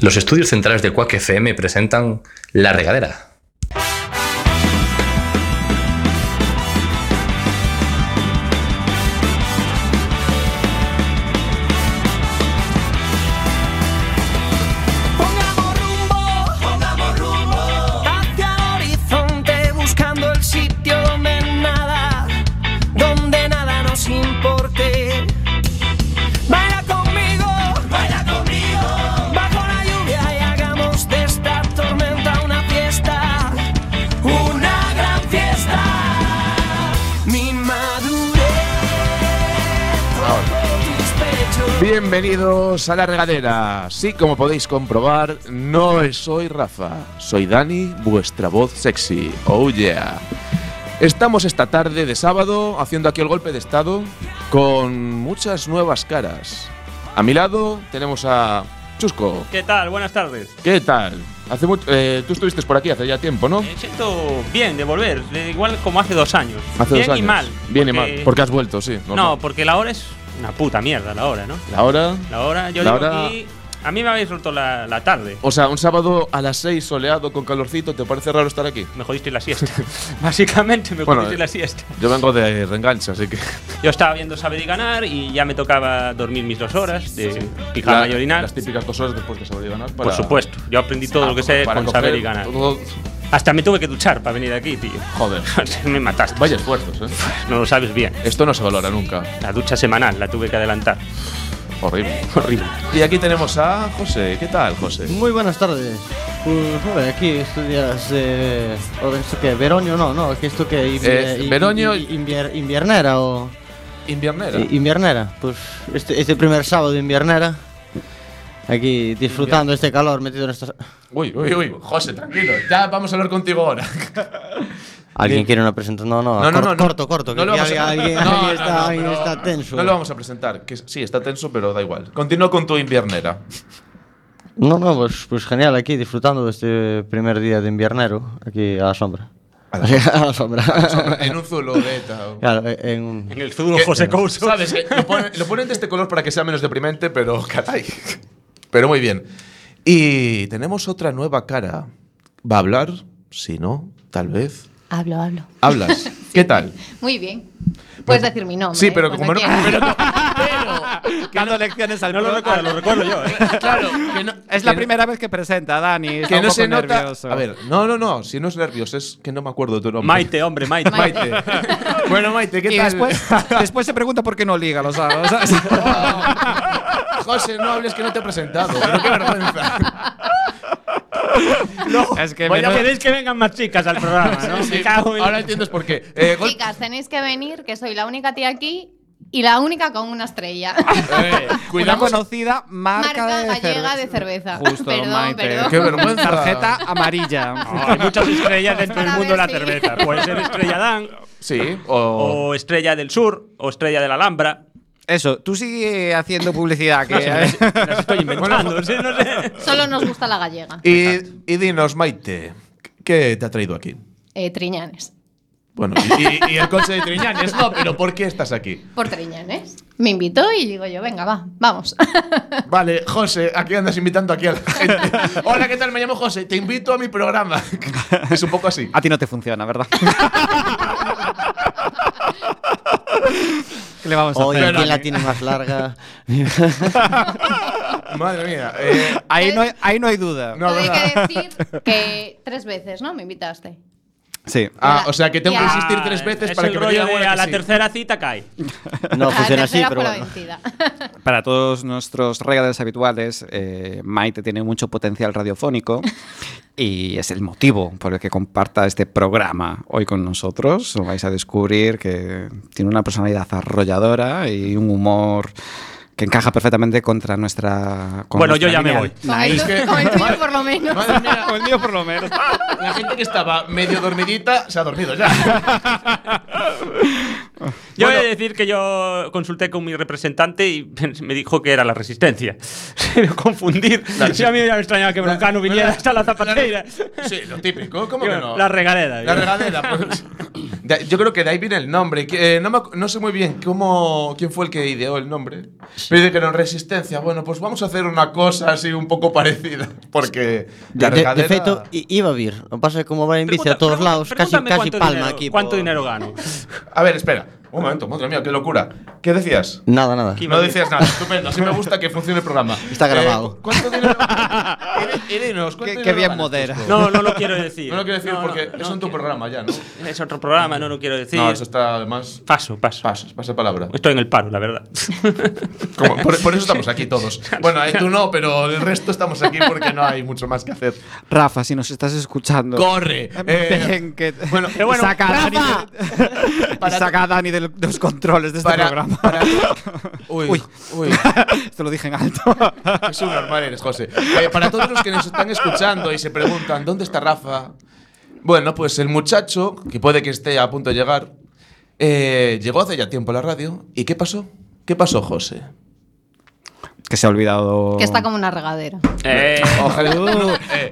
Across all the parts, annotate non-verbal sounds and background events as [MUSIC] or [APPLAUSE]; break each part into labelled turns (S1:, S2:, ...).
S1: Los estudios centrales de Quack FM presentan La Regadera.
S2: Pongamos rumbo, pongamos rumbo hacia el horizonte buscando el sitio donde nada, donde nada nos importe. Baila conmigo, baila conmigo bajo la lluvia y hagamos de esta tormenta una fiesta, una gran fiesta. Mi madurez por tus pechos.
S3: Bienvenidos a la regadera. Sí, como podéis comprobar, no soy Rafa, soy Dani, vuestra voz sexy. Oh yeah. Estamos esta tarde de sábado haciendo aquí el golpe de estado con muchas nuevas caras. A mi lado tenemos a Chusco.
S4: ¿Qué tal? Buenas tardes.
S3: ¿Qué tal? Hace mucho, eh, tú estuviste por aquí hace ya tiempo, ¿no?
S4: Me siento bien de volver, de igual como hace dos años.
S3: Hace
S4: bien
S3: dos años.
S4: y mal.
S3: Bien
S4: porque-
S3: y mal. Porque has vuelto, sí.
S4: No, porque la hora es una puta mierda, la hora, ¿no?
S3: La hora.
S4: La hora, yo
S3: La
S4: digo
S3: hora-
S4: aquí- A mí me habéis roto la, la tarde.
S3: O sea, un sábado a las 6 soleado con calorcito, ¿te parece raro estar aquí?
S4: Me jodiste
S3: [LAUGHS]
S4: la siesta. Básicamente me
S3: Bueno,
S4: jodiste
S3: eh.
S4: la siesta.
S3: Yo vengo de reengancha, así que.
S4: Yo estaba viendo Saber y Ganar y ya me tocaba dormir mis dos horas de pijama
S3: La-
S4: y orinar.
S3: Las típicas dos horas después de saber y ganar.
S4: Por
S3: para-
S4: supuesto, yo aprendí todo
S3: Ah,
S4: lo que sé
S3: para
S4: con
S3: coger
S4: Saber y Ganar.
S3: todo-
S4: Hasta me tuve que duchar para venir aquí, tío. [LAUGHS]
S3: Joder.
S4: me mataste.
S3: Vaya Eh. esfuerzos, ¿eh?
S4: No lo sabes bien.
S3: Esto no se valora nunca.
S4: La ducha semanal la tuve que adelantar.
S3: Horrible.
S4: Horrible.
S3: Y aquí tenemos a José. ¿Qué tal, José?
S5: Muy buenas tardes. Pues, joder, aquí estudias. Eh, o ¿Esto qué? ¿Veroño? No, no, que esto que.
S3: Eh, veroño-
S5: inviernera o.
S3: Inviernera.
S5: eh, Inviernera. Pues este, este primer sábado de inviernera. Aquí disfrutando este calor metido en esta.
S3: Uy, uy, uy. José, tranquilo. Ya vamos a hablar contigo ahora.
S5: ¿Alguien quiere una presentación? No, no,
S3: No, no,
S5: cor-
S3: no, no.
S5: corto, corto.
S3: No
S5: que
S3: lo
S5: aquí
S3: vamos a-
S5: alguien,
S3: No,
S5: alguien
S3: no,
S5: está,
S3: no,
S5: alguien
S3: pero-
S5: está tenso.
S3: No lo vamos a presentar. Que sí, está tenso, pero da igual. Continúa con tu inviernera.
S5: No, no, pues, pues genial, aquí disfrutando de este primer día de inviernero, aquí a la sombra. [LAUGHS] A la, sombra.
S3: [LAUGHS] En un zulureta.
S5: Claro, en un-
S4: En el fútbol José Couso.
S3: ¿Sabes? que Lo ponen, lo ponen de este color para que sea menos deprimente, pero [LAUGHS] caray. Pero muy bien. Y tenemos otra nueva cara. ¿Va a hablar? Si no, tal vez.
S6: Hablo, hablo. [LAUGHS]
S3: Hablas. ¿Qué tal?
S6: Muy bien. Puedes decir mi nombre.
S3: Sí,
S6: ¿eh?
S3: pero
S6: Cuando
S3: como no.
S6: quieras.
S3: pero no-
S7: Dando lecciones al
S4: No lo recuerdo, lo recuerdo yo, ¿eh?
S3: [LAUGHS]
S7: [LAUGHS]
S3: claro, que no-
S7: Es la
S3: que no-
S7: primera vez que presenta, Dani. está
S3: Que
S7: un
S3: no
S7: poco
S3: se nota.
S7: nervioso.
S3: A ver, no, no, no. Si no es nervioso, es que no me acuerdo de tu nombre.
S4: [LAUGHS] Maite, hombre, [LAUGHS] Maite.
S6: Maite.
S3: Maite. [LAUGHS] bueno, Maite, ¿qué
S7: Y
S3: tal?
S7: después,
S3: [LAUGHS]
S7: después se pregunta por qué no liga los sábados. ¿sabes?
S3: José, no hables que no te he presentado. Pero qué
S7: [LAUGHS]
S3: vergüenza.
S7: es que
S4: Vaya,
S7: menudo-
S4: Pues queréis que vengan más chicas al programa, ¿no? Me cago en...
S3: Ahora entiendes por qué.
S7: [LAUGHS]
S3: Eh, gol-
S6: Chicas, tenéis que venir, que soy la única tía aquí y la única con una estrella.
S3: eh,
S7: una
S3: cuidamos.
S7: conocida marca,
S6: Marca
S7: de
S6: gallega
S7: cerveza.
S6: de cerveza.
S7: Justo,
S6: Perdón,
S7: Maite.
S6: perdón.
S3: Qué vergüenza.
S7: Tarjeta
S4: [LAUGHS]
S7: amarilla.
S4: No, [LAUGHS] hay muchas estrellas dentro del
S6: A
S4: mundo de la
S6: ver, sí.
S4: cerveza. Puede ser Estrella Dan,
S3: Sí, o.
S4: o Estrella del Sur, o Estrella de la Alhambra.
S7: Eso, tú sigue haciendo publicidad. Que,
S4: Las estoy inventando, sí, no [LAUGHS] sé.
S6: [LAUGHS] Solo nos gusta la gallega.
S3: Y, y dinos, Maite, ¿qué te ha traído aquí?
S6: Eh, Triñanes.
S3: Bueno, y, y- y el coche de Triñanes, no, pero ¿por qué estás aquí?
S6: Por Triñanes. Me invitó y digo yo, venga, va, vamos.
S3: Vale, José, aquí andas invitando aquí a la
S4: [LAUGHS]
S3: gente. Hola, ¿qué tal? Me llamo José, te invito a mi programa. Es un poco así.
S7: A ti no te funciona, ¿verdad? [LAUGHS] ¿Qué le vamos a
S5: Oye,
S7: hacer?
S5: ¿quién la tiene más [LAUGHS] larga?
S3: Madre mía. eh,
S7: Ahí no, hay, ahí no hay duda.
S3: No,
S6: Tuve
S3: verdad.
S6: que decir que tres veces, ¿no? Me invitaste.
S7: Sí.
S3: ah, o sea, que tengo que
S6: Ya.
S3: insistir tres veces
S4: es
S3: para
S4: el
S3: que me
S4: rollo
S3: digan
S4: de
S3: una
S4: a
S3: que
S4: la
S3: sí.
S4: tercera cita cae.
S5: No funciona
S6: la
S5: así,
S6: Ah, tercera
S5: pero
S6: fue la
S5: bueno.
S6: vencida.
S7: Para todos nuestros regadores habituales, eh, Maite tiene mucho potencial radiofónico y es el motivo por el que comparta este programa hoy con nosotros. Vais a descubrir que tiene una personalidad arrolladora y un humor que encaja perfectamente contra nuestra... con
S4: Bueno, yo
S7: nuestra
S4: ya me
S7: línea [LAUGHS]
S4: voy.
S6: Con el,
S3: Es que-
S6: tu- con el tuyo, por lo menos.
S3: Madre mía,
S7: Con el mío por lo menos.
S3: la gente que estaba medio dormidita se ha dormido ya.
S4: [LAUGHS] Yo he de decir que yo consulté con mi representante y [LAUGHS] me dijo que era la resistencia. [LAUGHS] Se vio confundir. Sí, a mí me hubiera extrañado que Broncano viniera hasta la zapateira.
S3: Sí, lo típico, ¿cómo que no?
S4: La regadera.
S3: La
S4: digo.
S3: regadera, pues. De- Yo creo que de ahí viene el nombre. que, eh, no, me ac- no sé muy bien cómo, quién fue el que ideó el nombre. Pero dice que no resistencia. Bueno, pues vamos a hacer una cosa así un poco parecida. Porque
S5: De,
S3: la
S5: de, de
S3: regadera-
S5: feito, i- iba a vir. O pasa é que como vai en bici a
S4: Pregunta-
S5: todos
S4: pregun-
S5: lados, casi,
S4: pregúntame
S5: casi
S4: cuánto
S5: palma
S4: dinero-
S5: aquí.
S4: ¿Cuánto
S5: po-
S4: dinero
S5: [LAUGHS]
S4: gano?
S3: A ver, espera. Un momento, madre mía, qué locura. ¿Qué decías?
S5: Nada, nada.
S4: Aquí-
S3: No decías nada, estupendo. Así me gusta que funcione el programa.
S5: [LAUGHS] Está grabado.
S3: Eh, ¿Cuánto
S5: [LAUGHS]
S3: dinero? Ere- Erenos, ¿cuánto
S7: Qué- qué
S3: dinero
S7: bien
S3: ganas,
S7: modera.
S3: Cusco?
S4: No, no lo quiero decir.
S3: No lo quiero decir porque eso es en tu
S4: quiero-
S3: programa ya, ¿no?
S4: Es otro programa, no lo quiero decir.
S3: No, eso está además.
S4: Paso, paso.
S3: Paso, pasa palabra.
S4: Estoy en el paro,
S8: [LAUGHS]
S4: la verdad.
S3: Como- por, por eso estamos aquí todos. Bueno, eh, tú no, pero el resto estamos aquí porque no hay mucho más que hacer.
S7: Rafa, si nos estás escuchando.
S3: ¡Corre!
S7: Em,
S3: Eh,
S7: Ven, que-
S3: bueno,
S4: Pero bueno,
S7: saca, a Dani
S5: Rafa.
S7: de- [LAUGHS] saca a Dani del- de los controles de este programa. [LAUGHS]
S3: para- uy, uy,
S7: Uy. [LAUGHS] Esto lo dije en alto.
S3: Es un normal eres, José. Eh, para todos los que nos están escuchando y se preguntan, ¿dónde está Rafa? Bueno, pues el muchacho, que puede que esté a punto de llegar, eh, llegó hace ya tiempo a la radio. ¿Y qué pasó? ¿Qué pasó, José?
S7: que se ha olvidado.
S6: Que está como una regadera.
S4: Eh,
S7: Ojalá.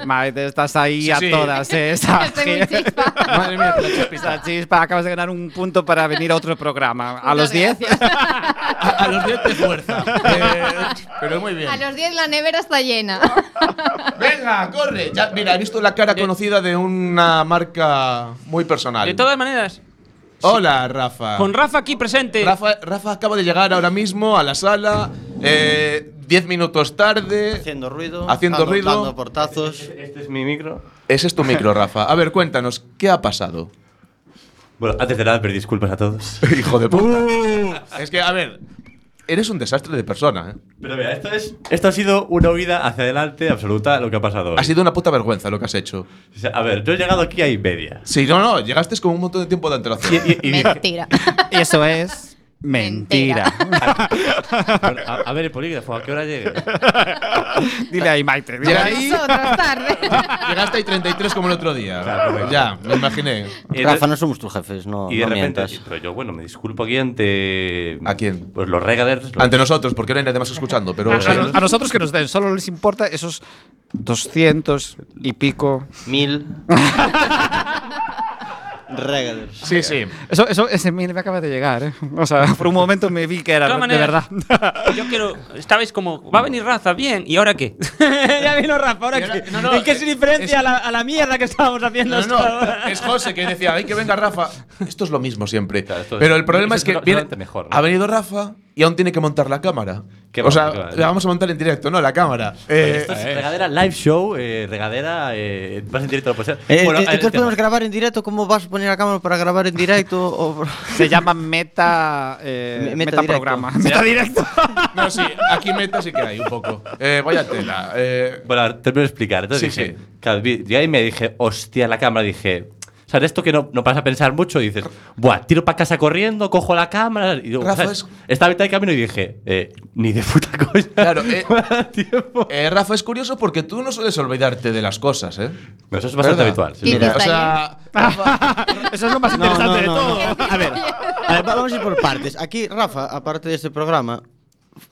S7: Maite, estás ahí
S3: Sí,
S7: a
S3: sí.
S7: todas,
S6: [LAUGHS]
S7: ¿eh? Esa,
S6: Estoy muy chispa.
S3: Madre mía, la
S7: esa chispa. Acabas de ganar un punto para venir a otro programa. A los
S6: Muchas
S7: 10.
S6: gracias.
S3: A, a los 10 de fuerza. Eh, pero muy bien.
S6: A los 10 la nevera está llena.
S3: Venga, corre. Ya, mira, he visto la cara conocida de una marca muy personal.
S4: Eh, de todas maneras,
S3: Hola, Rafa.
S4: con eh. Rafa aquí presente.
S3: Rafa, Rafa acaba de llegar ahora mismo a la sala. eh, Diez minutos tarde.
S5: Haciendo ruido.
S3: Haciendo
S5: dando-
S3: ruido.
S5: Dando portazos. Este es mi micro.
S3: Ese es tu micro, Rafa. A ver, cuéntanos, ¿qué ha pasado?
S8: Bueno, antes de nada, pedir disculpas a todos.
S3: Hijo de puta. Uh. es que, a ver, eres un desastre de persona, ¿eh?
S8: Pero mira, esto, es, esto ha sido una huida hacia adelante absoluta lo que ha pasado hoy.
S3: Ha sido una puta vergüenza lo que has hecho.
S8: O sea, a ver, yo he llegado aquí a y media.
S3: Sí, no, no, llegaste con un montón de tiempo de
S8: Y,
S3: antelación.
S8: y- y dije,
S6: Mentira.
S7: Y eso es. Mentira.
S8: [LAUGHS] bueno, a, a ver, el polígrafo, ¿a qué hora llega?
S7: [LAUGHS] Dile ahí, Maite. Dile
S3: Llega-
S7: ahí.
S6: Nosotros tarde.
S3: Llegaste ahí 33 como el otro
S8: Claro,
S3: día.
S8: correcto.
S3: Ya, me imaginé.
S8: Y de-
S5: Rafa, no somos tus jefes, no,
S8: y de
S5: no
S8: repente,
S5: mientas.
S8: pero yo, bueno, me disculpo aquí ante.
S3: ¿A quién?
S8: Pues los regaders. los-
S3: Ante nosotros, porque no Ah, hay nadie más escuchando, pero.
S7: A, nos- a nosotros que nos den, solo les importa esos 200 y pico.
S5: Mil. Regaders.
S3: Sí, sí.
S7: Eso, eso, ese mil me acaba de llegar, ¿eh? O sea, por un momento me vi que era
S4: De
S7: de,
S4: todas maneras,
S7: verdad.
S4: [LAUGHS] Yo quiero. Estabais como. Va a venir Rafa, bien. ¿Y ahora qué? [LAUGHS] ya vino Rafa, ¿ahora
S3: Y ahora-
S4: qué?
S3: no, no,
S4: ¿En qué
S3: es-
S4: se diferencia
S3: es-
S4: a, la, a la mierda que estábamos haciendo
S3: No,
S4: hasta
S3: no,
S4: ahora?
S3: es José que decía, ay, que venga Rafa. Esto es lo mismo siempre.
S8: Claro, esto es-
S3: Pero el problema
S8: es
S3: es que
S8: no-
S3: viene-
S8: solamente mejor, ¿no?
S3: ha venido Rafa y aún tiene que montar la cámara.
S8: Qué
S3: o
S8: va,
S3: sea,
S8: qué va. eh.
S3: la vamos a montar en directo, ¿no? La cámara. Eh,
S8: Esto es
S3: eh,
S8: regadera live show, eh, regadera. Eh, vas en directo a la poesía.
S5: Eh,
S8: Bueno,
S5: eh,
S8: el
S5: entonces
S8: tema.
S5: podemos grabar en directo. ¿Cómo vas a poner la cámara para grabar en directo? O-
S7: Se llama meta. Eh,
S5: Me- meta
S7: metaprograma. Meta directo.
S3: No, sí, aquí meta sí que hay un poco. Eh, vaya tela. eh,
S8: Bueno, a ver, te lo voy a explicar. Entonces
S3: Sí,
S8: dije, claro, vi- llegué y me dije, hostia, la cámara, dije. O sea, de esto que no, no pasa a pensar mucho, y dices, buah, tiro para casa corriendo, cojo la cámara. Y digo,
S3: Rafa,
S8: ¿sabes?
S3: es-
S8: Estaba a mitad de camino y dije, eh, ni de puta coña. [LAUGHS]
S3: Claro, eh,
S8: no me da tiempo.
S3: eh, Rafa, es curioso porque tú no sueles olvidarte de las cosas, ¿eh?
S8: No, eso es bastante
S3: ¿Verdad?
S8: habitual. sí.
S6: Y
S5: Mira,
S3: O
S6: está
S3: sea, Rafa,
S7: Eso es lo
S5: No,
S7: más
S5: no,
S7: interesante
S5: no,
S7: de todo.
S5: no. A ver, a ver, va- vamos a ir por partes. Aquí, Rafa, aparte de este programa,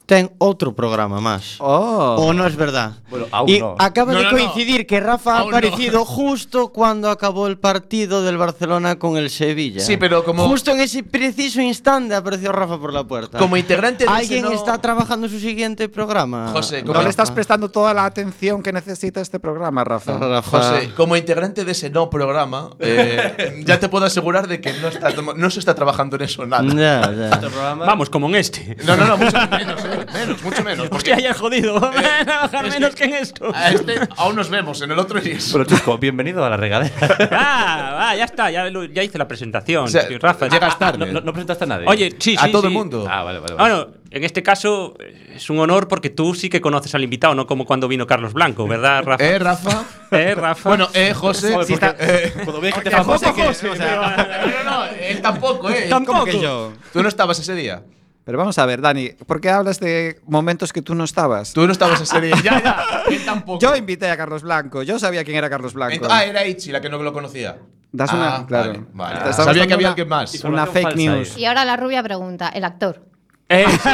S5: ten otro programa más.
S7: Oh.
S5: O no es verdad.
S8: Bueno, aún
S5: y
S8: no.
S5: acaba
S3: No,
S5: de
S3: no, no.
S5: coincidir que Rafa
S3: Aún
S5: ha
S3: no.
S5: aparecido
S3: [LAUGHS]
S5: justo cuando acabó el partido del Barcelona con el Sevilla.
S3: Sí, pero como-
S5: Justo en ese preciso instante apareció Rafa por la puerta.
S3: como integrante de ese
S5: ¿Alguien
S3: no-
S5: está trabajando en su siguiente programa?
S3: José, ¿cómo
S7: No le estás
S5: Rafa.
S7: prestando toda la atención que necesita este programa, Rafa.
S5: Rafa.
S3: José,
S4: Ah.
S3: como integrante de ese no programa, eh, ya te puedo asegurar de que no, está, no se está trabajando en eso nada.
S5: Ya, ya.
S4: Vamos, como en este.
S3: No, no, no, mucho menos, eh, menos, mucho menos. [LAUGHS] porque
S4: Hostia, ya es [LAUGHS] jodido. Van a trabajar menos que en esto.
S3: a este aún nos vemos, en el otro y es.
S8: Bueno, Chusco, bienvenido a la regadera.
S4: [LAUGHS]
S8: [LAUGHS]
S4: Ah, va, ya está, ya, lo- ya hice la presentación.
S3: O sea,
S4: tío, Rafa,
S3: llegas tarde.
S8: no, no- no presentaste a nadie.
S4: Oye, sí,
S3: A
S4: sí,
S3: todo
S4: sí.
S3: el mundo.
S8: Ah, vale, vale. vale.
S4: Bueno, en este caso eh, es un honor porque tú sí que conoces al invitado, no como cuando vino Carlos Blanco, ¿verdad, Rafa?
S3: Eh, Rafa.
S4: Eh, Rafa.
S3: Bueno, [LAUGHS] eh, José.
S8: Joder,
S3: sí
S8: porque-
S3: está- eh,
S8: Cuando veis gente
S4: Tampoco
S8: famosa que-
S4: José, pero-
S3: [LAUGHS] no, no, [LAUGHS] él tampoco, eh.
S4: Tampoco.
S3: Tú no estabas ese día.
S7: Pero vamos a ver, Dani, ¿por qué hablas de momentos que tú no estabas?
S3: Tú no estabas ese día. Ya, ya. Él tampoco.
S7: Yo invité a Carlos Blanco, yo sabía quién era Carlos Blanco.
S3: Ento- ah, era Ichi la que no lo conocía.
S7: Das una-
S3: Ah,
S7: claro.
S3: Vale, vale.
S7: Te estamos
S3: Sabía que
S7: dando
S3: había
S7: una-
S3: alguien más.
S7: Una
S8: Información
S7: fake
S8: falsa
S7: news.
S8: ahí.
S6: Y ahora la rubia pregunta, el actor.
S4: [LAUGHS] Eh, sí.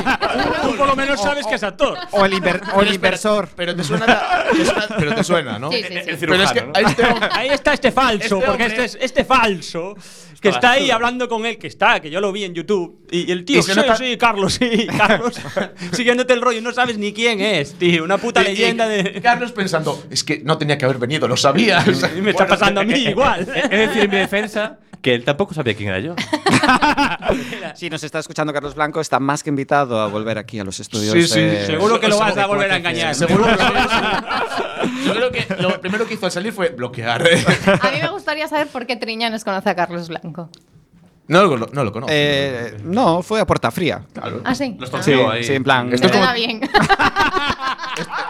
S4: Tú por lo menos sabes que es actor.
S7: O el, inver- o el inversor.
S3: Pero te suena, la- te suena- pero te suena, ¿no?
S6: Sí, sí, sí.
S8: El
S3: Pero
S8: cirujano.
S3: es que
S8: ¿no?
S3: a este hombre-
S4: Ahí está este falso,
S3: Este
S4: porque
S3: hombre-
S4: este, es- este falso que está ahí hablando con él, que está, que yo lo vi en YouTube. Y el tío,
S3: Y se
S4: sí,
S3: nota-
S4: sí, Carlos, sí, Carlos, siguiéndote el rollo, no sabes ni quién es, tío. Una puta
S3: y- y
S4: leyenda
S3: [LAUGHS]
S4: de.
S3: Carlos pensando, es que no tenía que haber venido, lo sabía. O sea,
S4: Y me está
S3: bueno,
S4: pasando a mí igual.
S8: Es decir, en mi defensa, que él tampoco sabía quién era yo.
S7: Si nos está escuchando Carlos Blanco, está más que invitado a volver aquí a los estudios.
S3: Sí, sí,
S7: eh,
S4: Seguro que lo vas a
S7: de
S4: volver a
S7: Cuac FM.
S4: engañar.
S3: Seguro que Yo creo que lo primero que hizo al salir fue bloquear.
S6: A mí me gustaría saber por qué Triñanes conoce a Carlos Blanco.
S3: No lo, no lo conozco.
S7: Eh, no, fue a Puerta [LAUGHS] Fría.
S6: Ah, sí.
S8: Los
S7: Sí,
S8: torció ahí.
S7: sí, en plan.
S3: Esto es
S6: Me
S3: como-
S6: da bien.
S4: [LAUGHS]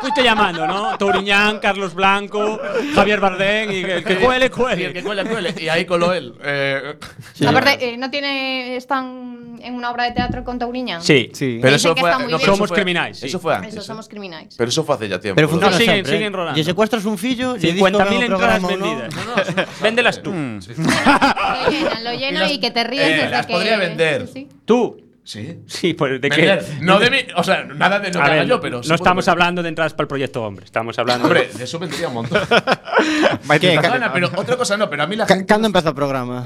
S4: Fuiste llamando, ¿no? Touriñán, Carlos Blanco, Javier Bardem, y el que
S3: Y
S4: cuele,
S3: el que
S4: cuele.
S3: cuela, cuele. Y ahí coló él. Eh,
S6: Aparte, eh, ¿no tiene, están en una obra de teatro con Tauriñán?
S4: Sí,
S7: Sí.
S3: pero
S6: Dicen
S3: eso
S6: que
S3: fue,
S6: está muy bien.
S3: pero eso
S4: Somos
S3: fue-
S4: criminales, sí.
S3: Eso fue antes.
S6: Eso
S3: eh.
S6: somos criminales.
S3: Pero eso fue hace ya tiempo.
S5: Pero
S3: ¿no?
S5: funciona
S4: No, siguen-
S5: sempre, eh.
S4: siguen rodando.
S5: Lle secuestras un fillo, lle disco
S4: 50.000
S5: no
S4: entradas
S5: programa o non.
S4: vendidas. Véndelas tú.
S6: Lo llenan, lo
S3: Y
S6: llenan y,
S3: las-
S6: que te ríes
S3: eh,
S6: desde
S3: las
S6: que…
S3: podría vender.
S6: Sí, sí.
S4: Tú.
S3: Sí.
S4: Sí, pues de qué.
S3: Vender. No de mí, o sea, nada de lo
S4: A
S3: que haga
S4: ver,
S3: yo, pero. sí puedo
S4: no estamos
S3: vender.
S4: hablando de entradas para el proyecto hombre, estamos hablando
S3: Hombre,
S4: de
S3: de eso vendría un montón.
S7: ¿Qué?
S3: Ana, pero otra cosa no, pero a mí la
S5: Ca-
S3: gente.
S5: Cando empeza o programa?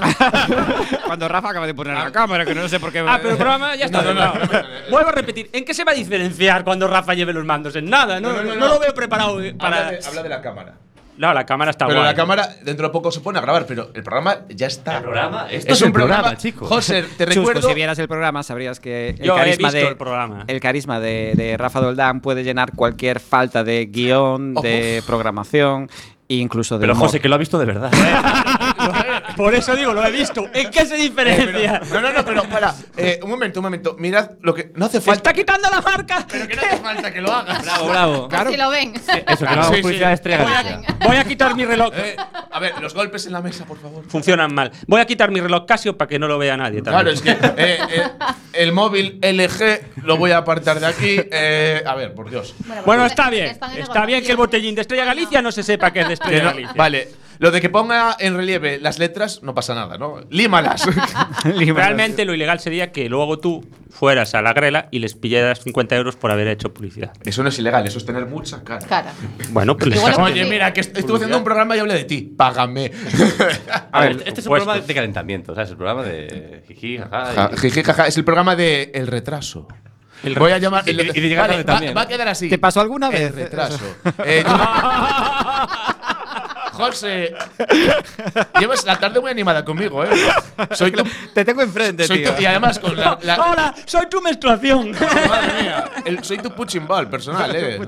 S7: [LAUGHS] Cuando Rafa acaba de poner la cámara, que no sé por qué.
S4: Ah, pero el programa ya está.
S3: No, no, no.
S4: arreglado. Vuelvo a repetir, ¿en qué se va a diferenciar cuando Rafa lleve los mandos? En nada, no,
S3: No, no, no,
S4: no
S3: no.
S4: lo veo preparado eh, para
S3: Habla de, habla de la cámara.
S4: No, la cámara está
S3: Pero
S4: guay.
S3: la cámara dentro de poco se pone a grabar, pero el programa ya está.
S8: El programa, esto
S3: es,
S8: es
S3: un
S8: el
S3: programa,
S8: programa, chico.
S3: José, te
S7: Chusco,
S3: recuerdo.
S7: si vieras el programa, sabrías que el
S4: Yo he
S7: carisma,
S4: visto
S7: de,
S4: el programa.
S7: el carisma de, de Rafa Doldán puede llenar cualquier falta de guión,
S3: Oh,
S7: de programación e incluso de.
S8: Pero
S7: humor.
S8: José, que lo ha visto de verdad.
S4: [LAUGHS] Por eso digo, lo he visto. ¿En qué se
S3: Eh, pero-
S4: diferencia? [LAUGHS]
S3: no, no, no, pero para. Eh, un momento, un momento. Mirad lo que. No hace
S4: ¡Se [LAUGHS]
S3: falta.
S4: está quitando la marca!
S3: Pero que no hace falta que lo hagas.
S8: bravo, bravo.
S6: Por si lo ven. pues
S8: Eso, que no hago
S3: sí,
S8: publicidad de Estrella Galicia.
S6: Venga.
S4: Voy a quitar mi reloj.
S3: Eh, a ver, los golpes en la mesa, por favor.
S4: Funcionan mal. Voy a quitar mi reloj Casio para que no lo vea nadie.
S3: Claro,
S4: también.
S3: es que eh, eh, el móvil LG lo voy a apartar de aquí. Eh, a ver, por Dios.
S4: Bueno,
S6: porque
S4: está bien.
S6: están en
S4: Está bien que el
S6: negociación.
S4: botellín de Estrella Galicia no se sepa que es de
S3: Que
S4: Estrella
S3: no-
S4: Galicia.
S3: vale, lo de que ponga en relieve las letras no pasa nada, ¿no? Límalas.
S7: [LAUGHS]
S4: Realmente lo ilegal sería que luego tú fueras a la grela y les pillaras 50 euros por haber hecho publicidad.
S3: [LAUGHS] eso no es ilegal, eso es tener mucha cara.
S6: Cara.
S4: Bueno, pues les
S6: Igual
S4: estás-
S6: lo-
S3: Oye, mira, que est- estuve haciendo un programa y hablé de ti. [LAUGHS] Págame.
S8: A ver,
S4: por
S8: este es un
S4: supuesto.
S8: programa de calentamiento, o sea, es el programa de jiji, jaja.
S3: Ja-
S8: y-
S3: Ah, jiji, jaja, es el programa de El Retraso. Voy a llamar.
S8: y- y de llegar tarde
S3: va-
S8: también,
S3: Va, a
S8: ¿no?
S3: quedar así.
S7: ¿Te pasó alguna vez?
S3: El
S7: [LAUGHS]
S3: retraso. Eh, [LAUGHS] yo- José, llevas la tarde muy animada conmigo, ¿eh? Soy [LAUGHS] tu-
S7: Te tengo enfrente,
S3: soy
S7: tío.
S3: tu- y además con la. la-
S4: ¡Hola! ¡Soy tu menstruación!
S3: Madre mía, el- soy tu punching ball personal, ¿eh?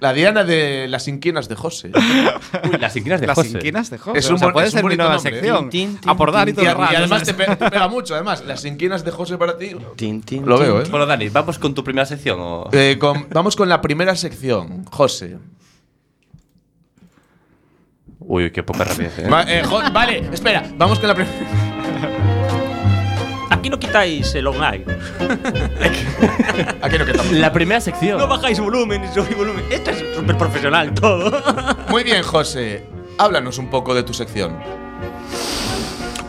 S3: La Diana de las inquinas de José.
S8: Uy, las inquinas de
S7: Las
S8: José.
S7: inquinas de José.
S3: Es un
S7: o sea,
S3: bon-
S7: puede
S3: es un
S7: ser mi
S3: bonito
S7: nueva
S3: nombre, ¿eh?
S7: sección.
S5: Tin, tin,
S7: Abordar y
S5: tin,
S3: Y,
S7: todo el
S3: a- y
S7: rato.
S3: además te, pe- te pega mucho, además. Las inquinas de José para ti.
S5: Tin, tin,
S3: Lo
S5: [LAUGHS]
S3: veo, ¿eh?
S5: tin.
S8: Bueno, Dani, vamos con tu primera sección. O...
S3: Eh, con- vamos con la primera sección, José.
S8: Uy, qué poca rapidez. ¿eh?
S3: Va- eh, Jo- vale, espera, vamos con la primera.
S4: Aquí no quitáis el online.
S3: [LAUGHS] Aquí no quedamos.
S8: La primera sección.
S4: No bajáis volumen, ni subís volumen. Esto es súper profesional todo.
S3: Muy bien, José. Háblanos un poco de tu sección.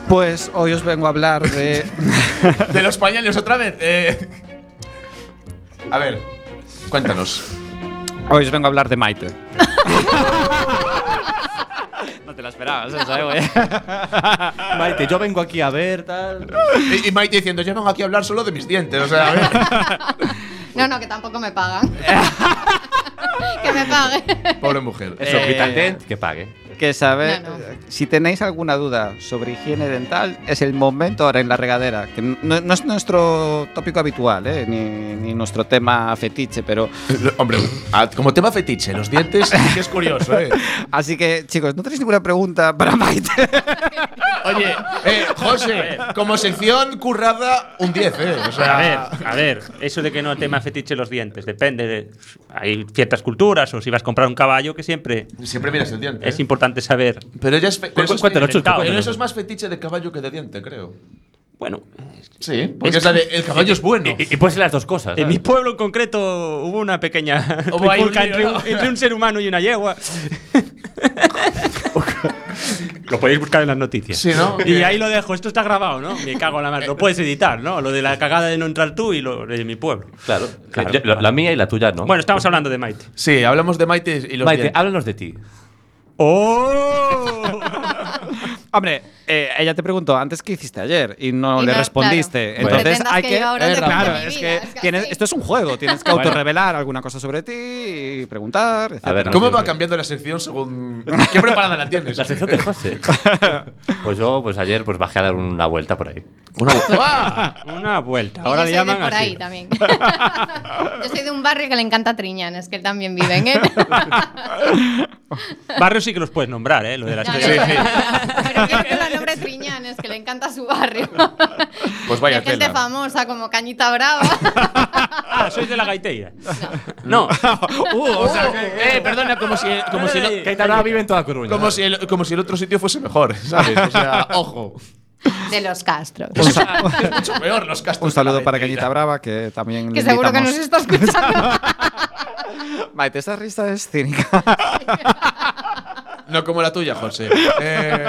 S7: Pues hoy os vengo a hablar de.
S3: De los pañales otra vez. eh. A ver, cuéntanos.
S7: [LAUGHS] hoy os vengo a hablar
S6: [LAUGHS]
S7: de Maite.
S8: No te la esperabas, eso,
S7: ¿eh?
S8: Maite, yo vengo aquí a ver, tal.
S3: Y, y Maite diciendo, yo vengo aquí a hablar solo de mis dientes. O sea, a ver.
S6: No, no, que tampoco
S4: [LAUGHS]
S6: me pagan. que me pague.
S3: [LAUGHS] Pobre mujer.
S8: Eso,
S7: Eh,
S8: Vitaltent, que pague.
S7: Que saber,
S6: No, no.
S7: si tenéis alguna duda sobre higiene dental, es el momento ahora en la regadera. Que no, no es nuestro tópico habitual, ¿eh? ni, ni nuestro tema fetiche, pero.
S3: Hombre, ah, como tema fetiche, los dientes, que es curioso, ¿eh?
S7: Así que, chicos, ¿no tenéis ninguna pregunta para Maite?
S3: Oye, eh, José, como sección currada, un 10, ¿eh? O sea,
S4: A ver, a ver, eso de que no tema fetiche los dientes, depende. de- hay ciertas culturas, o si vas a comprar un caballo, que siempre
S3: siempre miras el diente.
S4: es
S3: ¿eh?
S4: importante saber.
S3: Pero ya es. fe- pero eso es
S8: cuéntanos,
S3: fe-
S8: Chusco,
S3: pero
S8: cuéntanos.
S3: eso es más fetiche de caballo que de diente, creo.
S4: Bueno,
S3: Sí, porque es la de el caballo es bueno.
S8: Y, y puede ser las dos cosas.
S4: en mi
S8: ¿sabes?
S4: pueblo en concreto hubo
S3: [LAUGHS]
S4: una pequeña
S3: Hubo ahí un
S4: trifulca
S8: [LAUGHS]
S3: lío,
S4: entre, un,
S3: ¿no?
S4: entre un ser humano y una yegua. Lo podéis buscar en las noticias.
S3: Sí, ¿no?
S4: Y ahí lo dejo. Esto está grabado, ¿no? Me cago en la madre. Lo puedes editar, ¿no? Lo de la cagada de no entrar tú y lo de mi pueblo.
S8: Claro.
S4: Claro.
S8: Yo- la, la mía y la tuya no.
S4: Bueno, estamos hablando de Maite.
S3: Sí, hablamos de Maite y los
S8: Maite,
S3: dientes.
S8: háblanos de ti.
S4: ¡Oh!
S7: Hombre, eh, ella te preguntó antes qué hiciste ayer y no
S6: Y
S7: le
S6: no,
S7: respondiste.
S6: claro.
S7: Entonces
S6: Pretendas
S7: hay
S6: que
S7: que.
S6: yo ahora
S7: Eh,
S6: te cuente
S7: claro,
S6: mi
S7: es
S6: vida,
S7: que
S6: es que
S7: tienes-
S6: así.
S7: esto es un juego.
S6: [LAUGHS]
S7: Tienes que autorrevelar alguna cosa sobre ti y preguntar.
S8: A ver,
S7: etcétera.
S3: ¿Cómo
S8: no
S3: va
S8: sé.
S3: cambiando la sección según. [LAUGHS] ¿Qué preparada la tienes?
S8: La sección de [LAUGHS] José. pues yo, pues ayer, pues bajé a dar una vuelta por ahí.
S4: [LAUGHS]
S7: [LAUGHS]
S4: Una vuelta.
S6: Y
S4: Ahora le
S6: yo soy de
S4: llaman
S6: por
S4: así.
S6: ahí también. [LAUGHS] yo soy de un barrio que le encanta Triñanes, que él también vive en él.
S4: [LAUGHS] Barrios sí que los puedes nombrar, ¿eh? Lo de la
S6: No, no,
S4: historia.
S6: no, no. Pero que es el nombre Triñanes, que le encanta su barrio.
S3: Pues vaya
S6: Y hay gente
S3: tela.
S6: famosa como Cañita Brava.
S4: Ah, sois de la gaiteira. No. [LAUGHS] Uh,
S3: O sea, que- eh, perdona, como si, como si no-
S8: Caetano vive en toda Coruña.
S3: como si el, como si el otro sitio fuese mejor, [LAUGHS] ¿sabes? O sea, ojo.
S6: [LAUGHS] De los Castro.
S7: Pues
S3: Es mucho peor los castos.
S7: Un saludo para
S3: Cañita
S7: Cañita Brava, que también.
S6: Que
S7: le
S6: seguro que nos
S7: invitamos.
S6: está
S7: [LAUGHS]
S6: escuchando.
S7: Maite, esta risa es cínica. [LAUGHS]
S3: No como la tuya, José. Eh,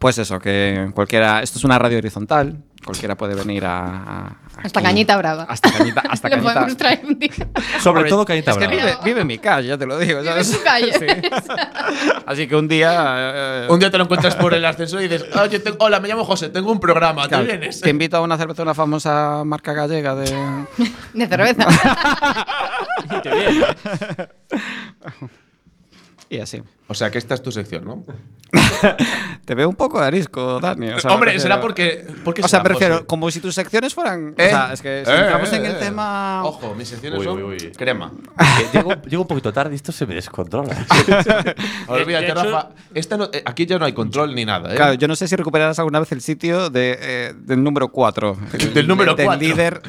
S7: Pues eso, que cualquiera. Esto es una radio horizontal. Cualquiera puede venir a. a-
S6: Hasta
S7: aquí.
S6: Cañita Brava.
S7: Hasta Cañita.
S6: [LAUGHS]
S7: Hasta
S6: Lo
S7: cañita.
S6: podemos traer un día.
S8: Sobre todo Cañita
S7: Es que
S8: Brava.
S7: vive, vive en mi calle, ya te lo digo.
S6: En
S7: ¿sabes?
S6: su
S7: [LAUGHS]
S6: calle.
S7: Así que un día. eh,
S3: un día te lo encuentras por el ascensor y dices, "Oye, tengo- hola, me llamo José, tengo un programa, ¿te
S7: Claro,
S3: vienes?
S7: Te invito a una cerveza de una famosa marca
S3: [LAUGHS]
S7: gallega de.
S6: De
S7: [LAUGHS]
S6: cerveza.
S3: ¿eh?
S7: Y así.
S3: O sea, que esta es tu sección, ¿no?
S7: Te veo un poco de arisco, Dani. o sea, me
S3: Hombre,
S7: refiero-
S3: será porque... porque
S7: O sea,
S3: será,
S7: me refiero,
S3: José?
S7: como si tus secciones fueran.
S3: ¿Eh?
S7: O sea, es que si
S3: Eh,
S7: entramos en
S3: eh,
S7: el
S3: eh.
S7: tema.
S3: Ojo, mis secciones
S8: Uy, uy,
S3: son
S8: uy.
S3: crema.
S8: Que llego, llego un poquito tarde y esto se me
S5: [LAUGHS]
S8: descontrola.
S3: Olvídate,
S4: de hecho-
S3: Rafa. Esta no- eh, aquí ya no hay control ni nada, ¿eh?
S7: Claro, yo no sé si recuperarás alguna vez el sitio de, eh, del número 4.
S3: Del número cuatro.
S7: Del líder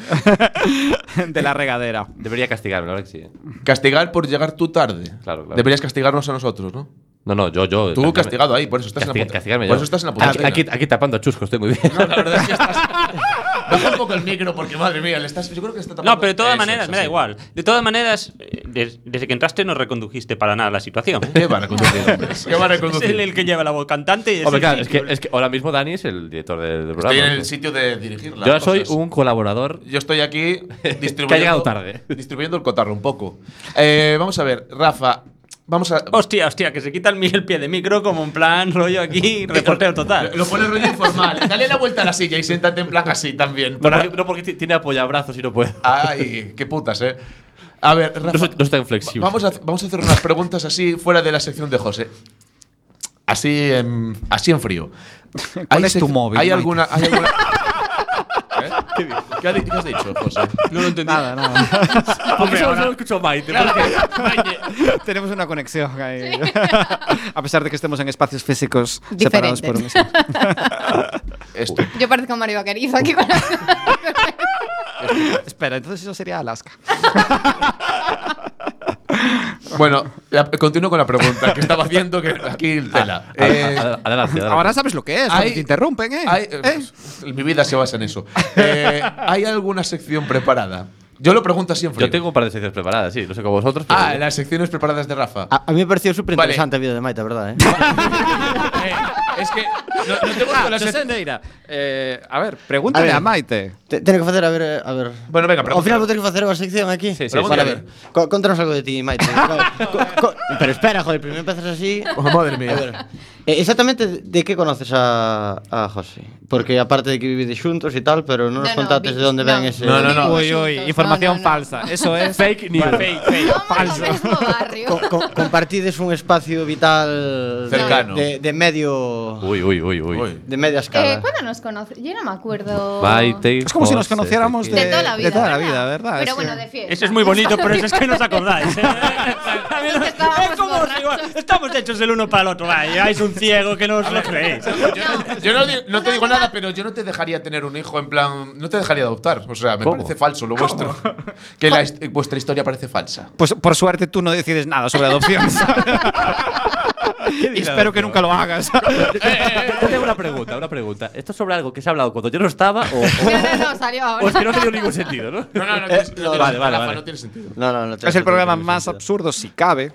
S7: [LAUGHS] de la regadera.
S8: Debería castigarme, la verdad que sí. ¿eh?
S3: Castigar por llegar tú tarde.
S8: Claro, claro.
S3: Deberías castigarnos a nosotros, ¿no?
S8: No, no, yo, yo.
S3: Tú
S8: castigarme-
S3: castigado ahí, por eso estás en
S8: Castiga-
S3: la puta.
S8: castigarme
S3: por
S8: yo.
S3: eso estás en la puta.
S8: Aquí, aquí, aquí tapando a chusco, estoy muy bien.
S3: No, la verdad es que estás. [LAUGHS] Baja un poco el micro porque madre mía, le estás. Yo creo que está tapando.
S4: No, pero de todas
S3: Eso,
S4: maneras,
S3: eso,
S4: me da
S3: sí.
S4: igual. De todas maneras, eh, des- desde que entraste no recondujiste para nada la [LAUGHS] situación. ¿eh?
S3: ¿Qué van a conducir?
S8: [LAUGHS]
S3: ¿Qué van a
S4: Es
S3: conducir?
S4: él el que lleva la voz cantante y es
S8: Hombre,
S4: el
S8: claro, es
S4: sitio.
S8: que, es que ahora mismo Dani es el director del, del programa.
S3: Estoy en el sitio de dirigir las
S8: yo soy
S3: cosas.
S8: un colaborador.
S3: Yo
S8: [LAUGHS]
S3: estoy aquí distribuyendo.
S8: llegado tarde.
S3: Distribuyendo el cotarro un poco. Eh, vamos a ver, Rafa. Vamos a.
S4: Hostia, hostia, que se quita el, mi- el pie de micro como en plan rollo [LAUGHS] aquí, reporteo total.
S3: Lo pones rollo informal. Dale la vuelta a la silla y siéntate en plan así también.
S8: No porque, no porque ti- tiene apoyabrazos y no puede.
S3: Ay, qué putas, eh. A ver, Rafa.
S8: No, soy- no es tan flexible.
S3: Vamos a, vamos a hacer unas preguntas así fuera de la sección de José. Así en, así en frío.
S7: [LAUGHS] ¿Cuál
S3: ¿Hay
S7: es tu
S3: sec-
S7: móvil,
S3: ¿Hay
S7: Maite?
S3: alguna.? hay
S7: [LAUGHS]
S3: alguna- ¿Eh? ¿Qué, di- qué ha di- qué has dicho, José?
S4: No lo entendí.
S7: Nada, nada.
S8: Porque solo lo escucho Maite.
S7: [LAUGHS] Tenemos una conexión ahí. [LAUGHS] A pesar de que estemos en espacios físicos separados por un
S6: Diferentes.
S3: Esto.
S6: [LAUGHS] Yo parezco Mario Vaquerizo aquí
S7: [LAUGHS]
S6: con la... [LAUGHS]
S7: Espera, entonces eso sería Alaska.
S3: Bueno, la- continúo con la pregunta que estaba haciendo que
S7: [LAUGHS]
S3: aquí
S7: Ah,
S3: tela.
S8: Ad-
S3: Eh,
S8: ad- adelante, adelante.
S7: Ahora sabes lo que es, cuando
S3: hay-
S7: te interrumpen, ah, ¿eh?
S3: hay-
S7: ¿Eh?
S3: Mi vida se basa en eso. Eh, ¿Hay alguna sección preparada? Yo lo pregunto así en frío.
S8: Yo tengo un par de secciones preparadas, sí. No sé con vosotros. pero-
S3: Ah, las secciones preparadas de Rafa.
S7: Ah.
S5: A, a mí me pareció súper
S3: Vale.
S5: interesante el vídeo de Maite, ¿verdad? eh? [LAUGHS]
S3: Eh, es que no, no te gusta
S7: Ah,
S3: la
S7: José
S3: sección.
S7: Neira, eh, a ver, pregúntale
S5: A ver.
S7: a Maite.
S5: Te- Tengo que hacer, a ver, eh, a ver.
S3: Bueno, venga, Ah,
S5: Ao final
S3: pregunta.
S5: vou ter que facer unha sección aquí.
S8: Sí, sí,
S5: vale,
S3: sí.
S5: a ver. Co- Contanos algo de ti, Maite. Claro. Co- co- Pero espera, joder, primeiro empezas así.
S3: Oh, madre
S5: A ver, eh, exactamente de- de que conoces a, a José? Porque aparte de que vivides xuntos e tal, pero non nos
S6: No, no,
S5: contates de
S6: vi-
S5: onde ven
S6: no.
S5: ese...
S3: No, no, no.
S6: Uy, uy, información falsa.
S7: Eso es.
S8: Fake news.
S6: Falso. mismo barrio.
S5: Co- co- compartides un espacio vital de-
S3: Cercano.
S5: de, de medio
S8: Uy, uy, uy, uy.
S3: Uy.
S5: de media
S6: Eh,
S5: escala.
S6: ¿Cuándo nos conoces? Yo no me acuerdo.
S8: Maite.
S7: Es como si nos
S8: José,
S7: conociéramos
S8: te
S6: De toda la
S7: Eh, de
S6: vida.
S7: toda la vida, ¿verdad?
S6: Pero
S7: Es
S6: bueno,
S7: que-
S6: de fiesta.
S4: Eso es muy bonito, pero eso es que no os [LAUGHS] acordáis. ¿eh? Es como os digo, Estamos hechos el uno para el otro. Vaya, hay un ciego que no os lo creéis.
S6: No.
S3: Yo no, di- no te digo nada, pero yo no te dejaría tener un hijo en plan. No te dejaría adoptar. O sea, me
S8: ¿Cómo?
S3: parece falso lo vuestro. Que la hist- vuestra historia parece falsa.
S7: Pues por suerte tú no decides nada sobre adopción. Y espero que nunca lo hagas.
S8: Yo tengo una pregunta, una pregunta. ¿Esto es sobre algo que se ha hablado cuando yo no estaba o,
S6: [LAUGHS] No,
S8: o,
S6: no, no, salió
S8: o es que
S6: ahora.
S8: no tiene ningún sentido, no?
S3: No, no, no.
S5: Eh, no,
S8: vale, vale, vale.
S3: No tiene sentido.
S5: No, no, no.
S7: es el programa más absurdo, si cabe,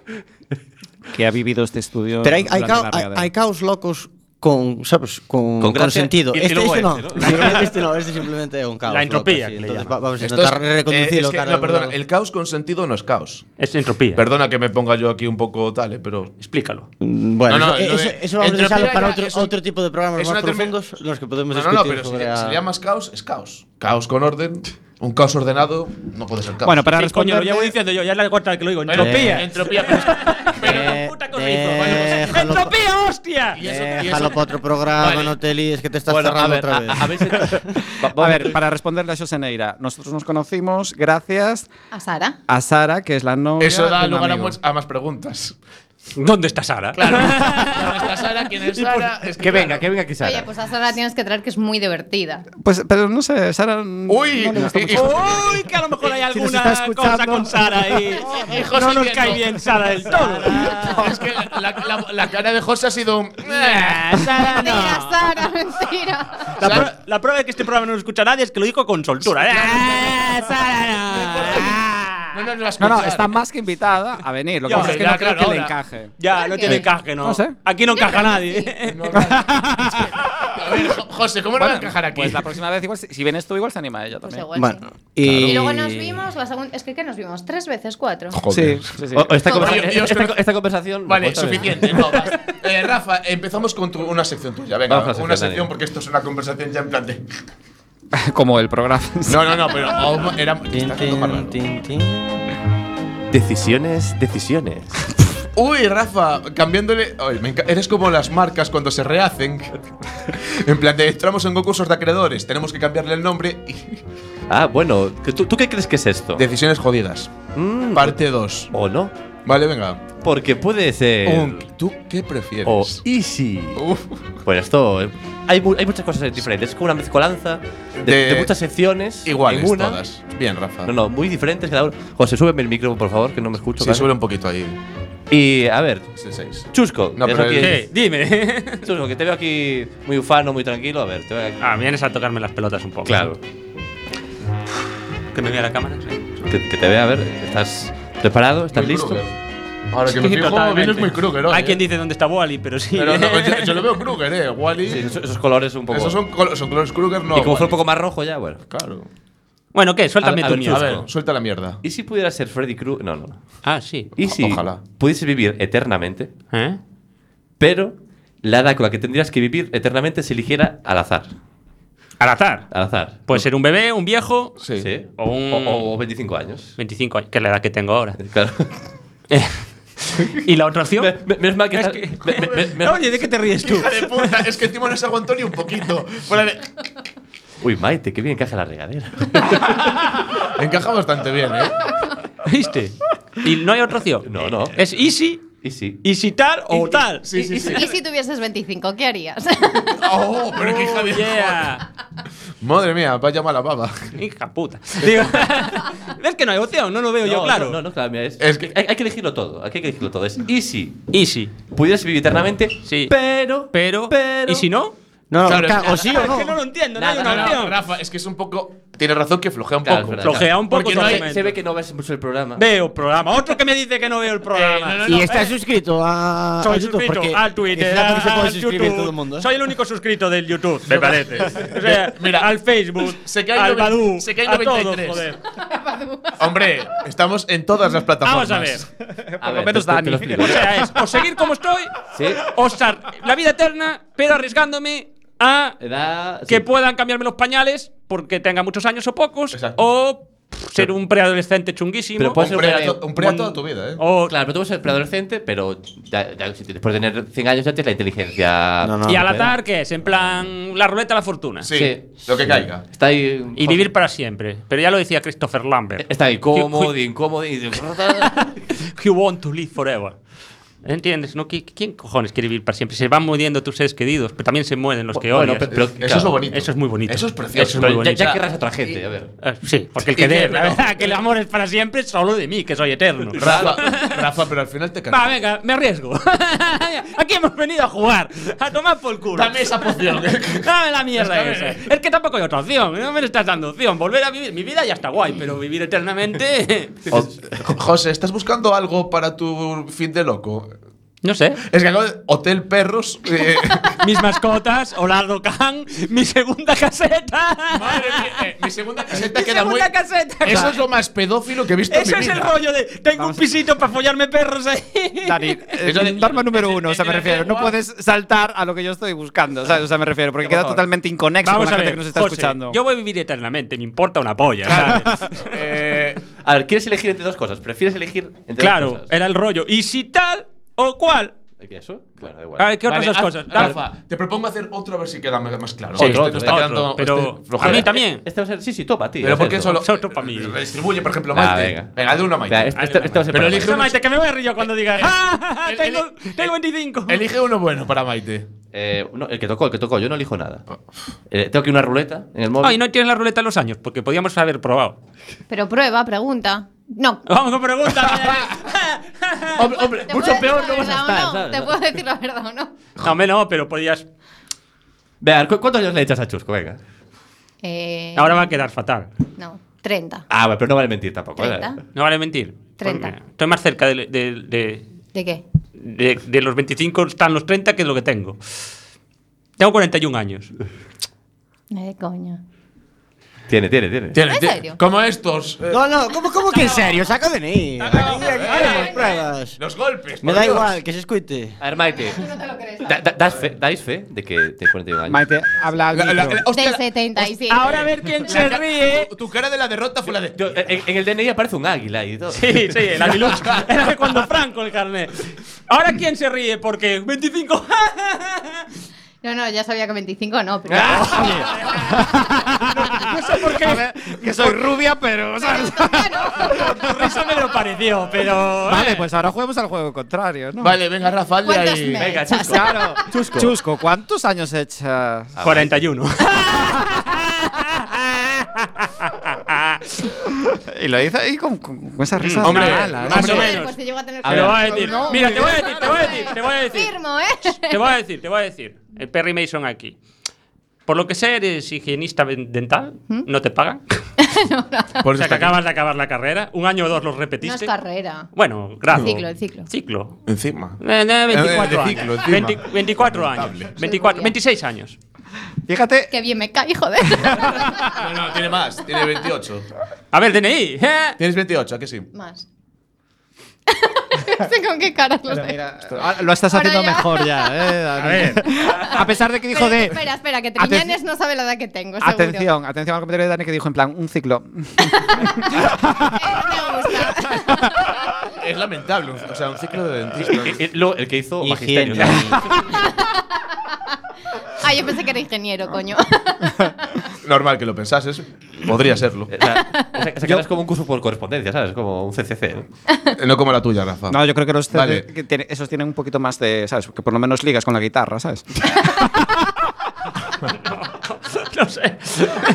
S7: que ha vivido este estudio.
S5: Pero hay, hay,
S7: durante
S5: cao-
S7: la
S5: hay-
S7: regada.
S5: hay caos locos con, ¿sabes? Con, con
S8: gracia
S5: sentido.
S8: y- y
S5: este,
S8: luego
S5: este no.
S8: este,
S5: [LAUGHS] este no, este simplemente es un caos.
S4: La
S5: loco,
S4: entropía,
S5: sí.
S4: que le
S5: Entonces
S4: llaman.
S5: va- vamos a
S3: Esto es-
S5: intentar
S3: eh,
S5: reconducirlo.
S3: es que-
S5: cara,
S3: no, perdona,
S5: alguna-
S3: el caos con sentido no es caos.
S4: Es entropía.
S3: Perdona que me ponga yo aquí un poco tal, eh, pero.
S4: Explícalo.
S5: Mm, Bueno,
S3: No, no,
S5: eso,
S3: lo de-
S5: eso- eso vamos a
S3: entropía
S5: dejarlo para
S3: ya
S5: otro,
S3: es un-
S5: otro tipo de
S3: es
S5: programas más
S3: una termi-
S5: profundos, los que podemos
S3: No, no,
S5: discutir.
S3: no, pero si,
S5: sobre
S3: si
S5: a-
S3: llamas caos, es caos. Caos con orden. Un caos ordenado no puede ser caos.
S7: Bueno, para
S4: Sí, coño,
S7: responder.
S4: lo llevo diciendo yo, ya es la cuarta vez que lo digo. Entropía. Entropía.
S5: Eh,
S4: Pero puta corrizo. Bueno, pues-
S5: déjalo-
S4: ¡Entropía, hostia!
S5: Déjalo para otro programa, no te líes, que te estás
S8: Bueno, a
S5: cerrando
S8: ver,
S5: otra
S8: a-
S5: vez.
S8: a- habéis hecho- va-
S7: A
S8: vamos-
S7: ver, para responderle a Xoseneira, nosotros nos conocimos gracias
S6: A Sara.
S7: a Sara, que es la novia.
S3: Eso da
S7: de un
S3: lugar a,
S7: amigo.
S3: mu- a más preguntas.
S4: ¿Dónde está Sara?
S8: que venga, que venga, quizá.
S6: Oye, pues a Sara tienes que traer que es muy divertida.
S7: Pues, pero no sé, Sara.
S3: ¡Uy!
S7: no le
S3: [LAUGHS]
S7: gusta mucho.
S4: Uy, que a lo mejor hay
S9: nos
S4: alguna
S9: está
S4: cosa
S9: escuchando.
S4: con Sara ahí.
S3: Eh,
S4: no nos cae bien Sara
S3: [LAUGHS]
S4: del todo. oh.
S3: es que la, la- la cara de José ha sido un.
S4: [LAUGHS] Nah, Sara
S6: Mentira,
S4: no.
S6: Sara, mentira.
S4: La, pro- la prueba de que este programa no lo escucha nadie es que lo dijo con soltura. Ah, [LAUGHS] Sara no.
S3: No, no, no, la
S9: No, no,
S3: escuchas.
S9: está más que invitada.
S7: A venir, lo que
S4: Ya,
S7: pasa es que
S3: ya,
S7: no creo
S3: claro,
S7: que le
S3: ahora.
S7: encaje.
S4: Ya, no
S6: ¿Por qué?
S4: tiene encaje, ¿no?
S7: No sé.
S4: Aquí no encaja [LAUGHS]
S6: Sí.
S4: nadie.
S3: A ver, Jo- José, ¿cómo no va a encajar aquí?
S7: Pues la próxima vez, igual, si si vienes tú, igual se anima ella
S6: Pues
S7: también.
S6: igual
S5: Bueno,
S6: sí.
S5: y...
S6: Y luego nos vimos la segunda. Es que ¿qué nos vimos? ¿Tres veces? ¿Cuatro?
S7: Sí, sí, sí.
S8: O- o esta,
S6: Oye,
S8: conversa-
S3: Dios,
S8: esta-
S3: que no-
S8: esta conversación.
S3: Vale,
S8: Está bien.
S3: suficiente. no, basta. Eh, Rafa, empezamos con tu- una sección tuya. Venga,
S8: Vamos a la sección,
S3: una sección
S8: Dani.
S3: porque esto es una conversación ya en plan de.
S7: [LAUGHS] Como el programa.
S3: No, no, no, [LAUGHS] pero oh, era.
S5: Tin,
S3: está haciendo más raro.
S5: tin, tin, tin.
S8: Decisiones, decisiones.
S3: Uy, Rafa, cambiándole. Ay, me enca- Eres como las marcas cuando se rehacen. [LAUGHS] en plan de entramos en concursos de acreedores, tenemos que cambiarle el nombre. y-
S8: Ah, bueno, que ¿tú, tú qué crees que es esto?
S3: Decisiones jodidas.
S8: Mm,
S3: Parte 2.
S8: o no.
S3: Vale, venga.
S8: Porque puede ser.
S3: Un- ¿Tú qué prefieres?
S8: O easy.
S3: Uf.
S8: Pues esto. eh, Hay, mu- hay muchas cosas diferentes. Es como una mezcolanza de,
S3: De-
S8: de muchas secciones.
S3: Iguales
S8: en una.
S3: todas. Bien, Rafa.
S8: No, no, muy diferentes cada uno. José, súbeme el micro, por favor, que no me escucho.
S3: Sí,
S8: casi.
S3: sube un poquito ahí.
S8: Y a ver,
S3: Sí, seis.
S8: Chusco.
S3: No,
S8: que es
S3: pero
S8: aquí-
S4: Sí, dime. [LAUGHS]
S8: Chusco, que te veo aquí muy ufano, muy tranquilo. A ver, te veo aquí.
S4: Ah, vienes a tocarme las pelotas un poco.
S8: Claro.
S4: Que me vea la cámara. sí.
S8: Que, que te vea, a ver, ¿estás preparado? ¿Estás
S3: Muy
S8: listo?
S3: Kruger. Ahora que me
S4: Sí,
S3: fijo,
S4: totalmente.
S3: vienes muy Kruger hoy.
S4: Hay quien
S3: eh.
S4: dice dónde está Wally, pero sí.
S3: Pero no, yo, yo lo veo Kruger, eh. Wally.
S8: Sí, esos, esos colores un poco.
S3: Esos son, col- son colores Kruger, no.
S8: y como fue un
S3: Wall-E.
S8: poco más rojo ya, bueno.
S3: Claro.
S4: [LAUGHS] Bueno, ¿qué? Suéltame
S8: A- a
S4: tu
S8: ver,
S4: miedo.
S3: A
S8: Chusco.
S3: ver, suelta la mierda.
S8: ¿Y si pudiera ser Freddy Krueger? No, no.
S4: Ah, sí.
S8: ¿Y si
S3: Ojalá.
S8: pudiese vivir eternamente,
S4: ¿Eh?
S8: pero la edad con la que tendrías que vivir eternamente se eligiera al azar?
S4: Al azar.
S8: Al azar.
S4: Puede ser un bebé, un viejo.
S3: Sí.
S8: O,
S4: O un-
S8: o- o 25 años.
S4: 25 años, que es la edad que tengo ahora.
S8: Eh, Claro.
S4: [LAUGHS] ¿Y la otra opción?
S8: Me- me- Menos mal que.
S4: Es
S8: estás-
S4: que-
S8: me- me- me- me-
S4: Oye, ¿de qué te ríes tú?
S3: Hija de puta, es que encima no se aguantó ni un poquito. Fuera de-
S8: Uy, Maite, qué bien encaja la regadera.
S3: Encaja bastante bien, ¿eh?
S4: ¿Viste? ¿Y no hay otra opción?
S8: No, no.
S4: Es easy,
S8: Y sí.
S4: easy tal o tal.
S3: Sí, sí, sí.
S6: ¿Y si tuvieses 25, qué harías? [LAUGHS]
S3: ¡Oh, pero qué hija de
S4: Yeah.
S3: Madre mía, vaya mala baba. [LAUGHS]
S4: Hija puta. Digo, [LAUGHS] ¿Ves que no hay opción? No lo veo yo,
S8: No,
S4: claro.
S8: No, no, no, claro, mira, es,
S3: Es que-
S8: hay, hay que elegirlo todo. Aquí hay que elegirlo todo. Es easy.
S4: Easy.
S8: Pudieras vivir eternamente,
S4: Sí.
S8: pero,
S4: Pero,
S8: pero.
S4: ¿Y si no?
S5: No, no,
S3: Claro,
S5: ca-
S3: es que-
S5: o sí o
S4: Es que no
S5: no.
S4: lo entiendo, no
S8: Nada,
S4: hay una
S8: no, no,
S4: opción.
S3: Ah, Rafa, es que es un poco. Tienes razón que flojea un
S8: Claro,
S3: poco.
S8: es verdad.
S4: Flojea un poco
S3: Porque no
S4: tu
S3: hay-
S4: argumento.
S8: Se ve que no ves mucho el programa.
S4: Veo programa. Otro que me dice que no veo el programa.
S3: Eh, no, no,
S5: Y
S3: no,
S5: está
S3: eh.
S5: suscrito a, a
S4: Soy
S5: YouTube,
S4: suscrito
S5: porque
S4: al Twitter,
S5: fíjate que se puede
S4: al
S5: suscribir
S4: YouTube.
S5: todo el mundo. ¿eh?
S4: Soy el único suscrito del YouTube, me parece. O sea,
S3: Mira,
S4: al Facebook,
S3: se cae
S4: al
S3: noven-
S4: Badoo,
S3: se cae
S4: a todos,
S3: 93.
S4: joder.
S3: Hombre, estamos en todas las plataformas.
S4: Vamos a ver.
S8: A ver,
S4: menos
S8: te- te- te lo
S4: [LAUGHS] O
S8: explico.
S4: sea, es o seguir como estoy,
S8: Sí.
S4: o estar la vida eterna, pero arriesgándome a
S8: Edad-
S4: que
S8: sí.
S4: puedan cambiarme los pañales porque tenga muchos años o pocos,
S3: Exacto.
S4: o pff, ser un preadolescente chunguísimo.
S8: Pero puede
S3: Un
S8: ser
S3: prea,
S8: un-
S3: un prea toda tu vida, ¿eh?
S4: o,
S8: Claro, pero tú eres preadolescente, pero ya, ya si te- después de tener 100 años ya tienes la inteligencia.
S5: No, no.
S4: y al azar, ¿qué es? En plan, la ruleta de la fortuna.
S3: Sí, lo que caiga.
S8: Está ahí.
S4: Y vivir para siempre. Pero ya lo decía Christopher Lambert.
S8: Está ahí cómodo
S4: Ju-
S8: y incómodo y. "Ah".
S4: You want to live forever. ¿Entiendes? ¿No? ¿Qui- ¿Quién cojones quiere vivir para siempre? Se van muriendo tus seres queridos, pero también se mueren los que
S8: Bueno,
S4: odias.
S8: pero-
S3: Eso
S8: claro,
S3: es lo bonito.
S4: Eso es muy bonito.
S3: Eso es precioso.
S4: [LAUGHS] Eso es muy
S8: Pero ya,
S4: bonito.
S8: ya querrás a otra gente, a ver.
S4: Eh, Sí, porque el
S3: Y
S4: que dé,
S3: quién,
S4: la
S3: ¿no?
S4: verdad, que el amor es para siempre, solo de mí, que soy eterno.
S3: Rafa, Rafa, pero al final te
S4: Va,
S3: cansas.
S4: venga, me arriesgo. [LAUGHS] Aquí hemos venido a jugar, a tomar por culo.
S3: Dame esa poción.
S4: [LAUGHS] Dame la mierda esa. Es que tampoco hay otra opción, no me estás dando opción. Volver a vivir, mi vida ya está guay, pero vivir eternamente. [LAUGHS]
S3: José, ¿estás buscando algo para tu fin de loco?
S4: No sé.
S3: Es que acabo de- Hotel Perros.
S4: [LAUGHS]
S3: eh,
S4: Mis mascotas, Olardo Khan, mi segunda caseta.
S3: madre mía, eh, mi segunda caseta
S4: Mi
S3: queda
S4: segunda
S3: muy.
S4: caseta.
S3: Eso es lo más pedófilo que he visto en
S4: Eso
S3: mi
S4: es
S3: vida.
S4: el rollo de tengo un pisito para follarme perros ahí.
S7: [LAUGHS]
S4: [LAUGHS]
S7: Dani, eh, norma número uno, o sea, me refiero. No puedes saltar a lo que yo estoy buscando, ¿sabes? O sea, me refiero, porque
S4: Por
S7: queda
S4: favor.
S7: totalmente inconexo con
S4: Vamos
S7: la
S4: a
S7: gente
S4: ver,
S7: que nos está
S4: José,
S7: escuchando.
S4: Yo voy a vivir eternamente, me importa una polla. ¿sabes?
S7: [LAUGHS]
S3: [LAUGHS] Eh,
S8: [LAUGHS] A ver, ¿quieres elegir entre dos cosas? ¿Prefieres elegir entre dos
S4: claro, eh.
S8: cosas?
S4: era el rollo. ¿Y si tal o cual?
S8: ¿Y eso? Bueno, da igual.
S4: A ver, ¿qué otras
S3: vale,
S4: dos
S3: haz-
S4: cosas? Dale.
S3: Rafa, te propongo hacer otro a ver si queda más más claro.
S8: Sí,
S3: Este
S8: otro,
S3: no está
S4: otro,
S3: quedando-
S4: pero-
S3: este flojera.
S4: a mí también.
S8: Este va a ser. Sí, sí, topa, tío.
S3: Pero ¿por qué solo.?
S4: Otro pa' mí.
S3: Redistribuye, por ejemplo,
S8: Nah,
S3: Maite.
S8: venga.
S3: venga. de una Maite.
S8: Este, este- este va a ser
S3: Pero
S8: para
S3: elige
S8: Maite.
S4: Esa Maite, que me voy a reír yo cuando
S3: [LAUGHS]
S4: digas. "Ah, ja, ja,
S3: el-
S4: tengo,
S3: el-
S4: tengo 25.
S3: Elige uno bueno para Maite.
S8: Eh, no, el que tocó, el que tocó. Yo no elijo nada.
S3: Oh.
S8: Eh, tengo que ir a una ruleta en el móvil.
S4: [LAUGHS] Ay, no tienes la ruleta de los años, porque podíamos haber probado. [LAUGHS]
S6: Pero prueba, pregunta. No.
S4: Vamos con preguntas.
S3: [LAUGHS] Hombre, hombre,
S6: ¿Te
S3: mucho
S6: puedo decir
S3: peor
S6: la
S3: no vas a
S6: verdad o
S8: estar,
S6: no?
S8: ¿sabes?
S6: Te puedo decir la verdad o no.
S4: [LAUGHS] no, hombre, no, pero podías.
S8: Vea, ¿cu- ¿cuántos años le echas a Chusco? Venga.
S6: Eh,
S4: Ahora va a quedar fatal.
S6: No, 30.
S8: Ah, bueno, pero no vale mentir tampoco. ¿eh?
S6: Treinta.
S4: No vale mentir.
S6: Treinta.
S4: Pues mira, Estoy más cerca de, de- de-
S6: ¿De qué?
S4: de- de los 25, están los 30, que es lo que tengo. Tengo 41 años.
S6: Eh, coño.
S8: Tiene, tiene, tiene.
S3: Tiene-
S6: ¿En
S3: tiene-
S6: serio?
S3: Como estos. eh,
S5: No, no, ¿cómo, cómo que en serio? Saca de mí. Aquí haremos pruebas.
S3: los golpes.
S5: Me
S3: por
S5: da
S3: Dios.
S5: igual, que se escuite.
S8: A ver, Maite.
S6: No te lo crees.
S8: da- da- das fe- ¿Dais fe de que te 41 años?
S7: Maite, habla al
S3: La- la-
S7: micro.
S3: la- hostia,
S6: De
S3: la-
S6: 77.
S4: Ahora a ver quién se
S3: la-
S4: ríe.
S3: Tu, tu cara de la derrota fue la de.
S8: Yo, en, en el DNI aparece un águila y todo.
S4: Sí, sí, el aguilucho. [LAUGHS] Era de cuando Franco el carnet. Ahora quién se ríe porque 25.
S6: No, no, ya sabía que 25 no, pero.
S4: Ah,
S6: [LAUGHS]
S4: No sé por qué.
S7: que soy rubia, pero. ¿sabes?
S4: Tu risa me lo pareció, pero. eh.
S7: Vale, pues ahora juguemos al juego contrario, ¿no?
S3: Vale, venga, Rafa, de
S6: ¿Cuántos Pues
S3: ahí.
S6: me
S8: Venga,
S6: echas?
S8: Chusco.
S7: Claro. Chusco. Chusco, ¿cuántos años echas?
S6: [LAUGHS]
S4: 41.
S7: [LAUGHS] Y lo dice ahí con, con- con esa risa.
S4: Mm, hombre,
S7: mala, ¿eh?
S4: más o
S6: Bueno,
S4: menos.
S6: Pues te llego a tener
S4: Te voy a decir. Mira, te voy a decir, te voy a decir, te voy a decir.
S6: Firmo, ¿eh?
S4: Te voy a decir, te voy a decir. El Perry Mason aquí. Por lo que sé, eres higienista ven- dental,
S6: ¿Mm?
S4: no te
S6: [LAUGHS]
S4: pagan.
S3: Por
S4: O sea,
S3: está aquí.
S4: que acabas de acabar la carrera. Un año o dos los
S6: No es
S4: repetiste.
S6: carrera.
S4: Bueno, grado.
S6: El ciclo, el ciclo.
S4: Ciclo.
S3: Encima.
S4: Eh, eh, 24
S3: de
S4: años.
S3: ciclo, encima.
S4: 20 24 años. 24, 26 años.
S7: Fíjate,
S6: Qué bien me cae, joder.
S3: No, no, tiene más. Tiene 28.
S4: A ver, DNI. ¿eh?
S3: Tienes 28, ¿a que sí?
S6: Más. [LAUGHS] No sé con qué caras [LAUGHS] lo sé.
S7: Ah, lo estás
S6: Ahora
S7: haciendo
S6: ya.
S7: mejor ya, ¿eh? Dani? A pesar de que dijo
S6: Pero
S7: de.
S6: Espera, espera, que
S7: Atenci-
S6: Triñanes no sabe la edad que tengo. seguro.
S7: Atención, atención al comentario de Dani que dijo en plan, un ciclo.
S6: [LAUGHS] Eh, me gusta. [LAUGHS]
S3: Es lamentable. O sea, un ciclo de
S8: Eh,
S3: [LAUGHS] dentista.
S8: eh, luego, el que hizo magisterio.
S5: Higiene.
S6: Ah, yo pensé que era ingeniero,
S4: [LAUGHS]
S6: coño.
S3: Normal que lo pensases. Podría serlo.
S8: Eh, O sea, esa- esa cara es como un curso por correspondencia, ¿sabes? Como un CCC. ¿no?
S3: Eh, No como la tuya, Rafa.
S7: No, yo creo que, los
S3: Vale.
S7: que tiene- esos tienen un poquito más de, ¿sabes? Que por lo menos ligas con la guitarra, ¿sabes?
S4: No sé.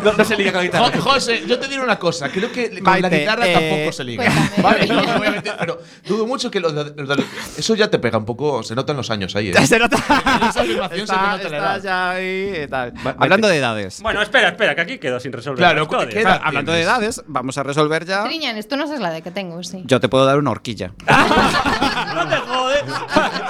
S8: No, no se liga con la guitarra.
S3: Jo- José, yo te diré una cosa. Creo que con la
S7: Maite,
S3: guitarra
S7: eh,
S3: tampoco se liga. [LAUGHS]
S6: cuéntame.
S3: Vale, no me voy a meter, pero dudo mucho que los, de- los de- eso ya te pega un poco. Se notan los años ahí. ¿eh?
S7: se [LAUGHS] nota.
S3: esa afirmación se nota
S7: Está-
S3: la
S7: está
S3: edad.
S7: ya ahí y tal. Hablando de edades.
S4: [LAUGHS] Bueno, espera, espera, que aquí quedó sin resolver.
S3: Claro,
S4: las cosas.
S3: ¿qué edad
S7: Hablando de
S3: tienes?
S7: edades, vamos a resolver ya.
S6: Triñanes, tú no sabes la edad que tengo, sí.
S7: Yo te puedo dar una horquilla.
S6: Ah,
S4: No te jodes.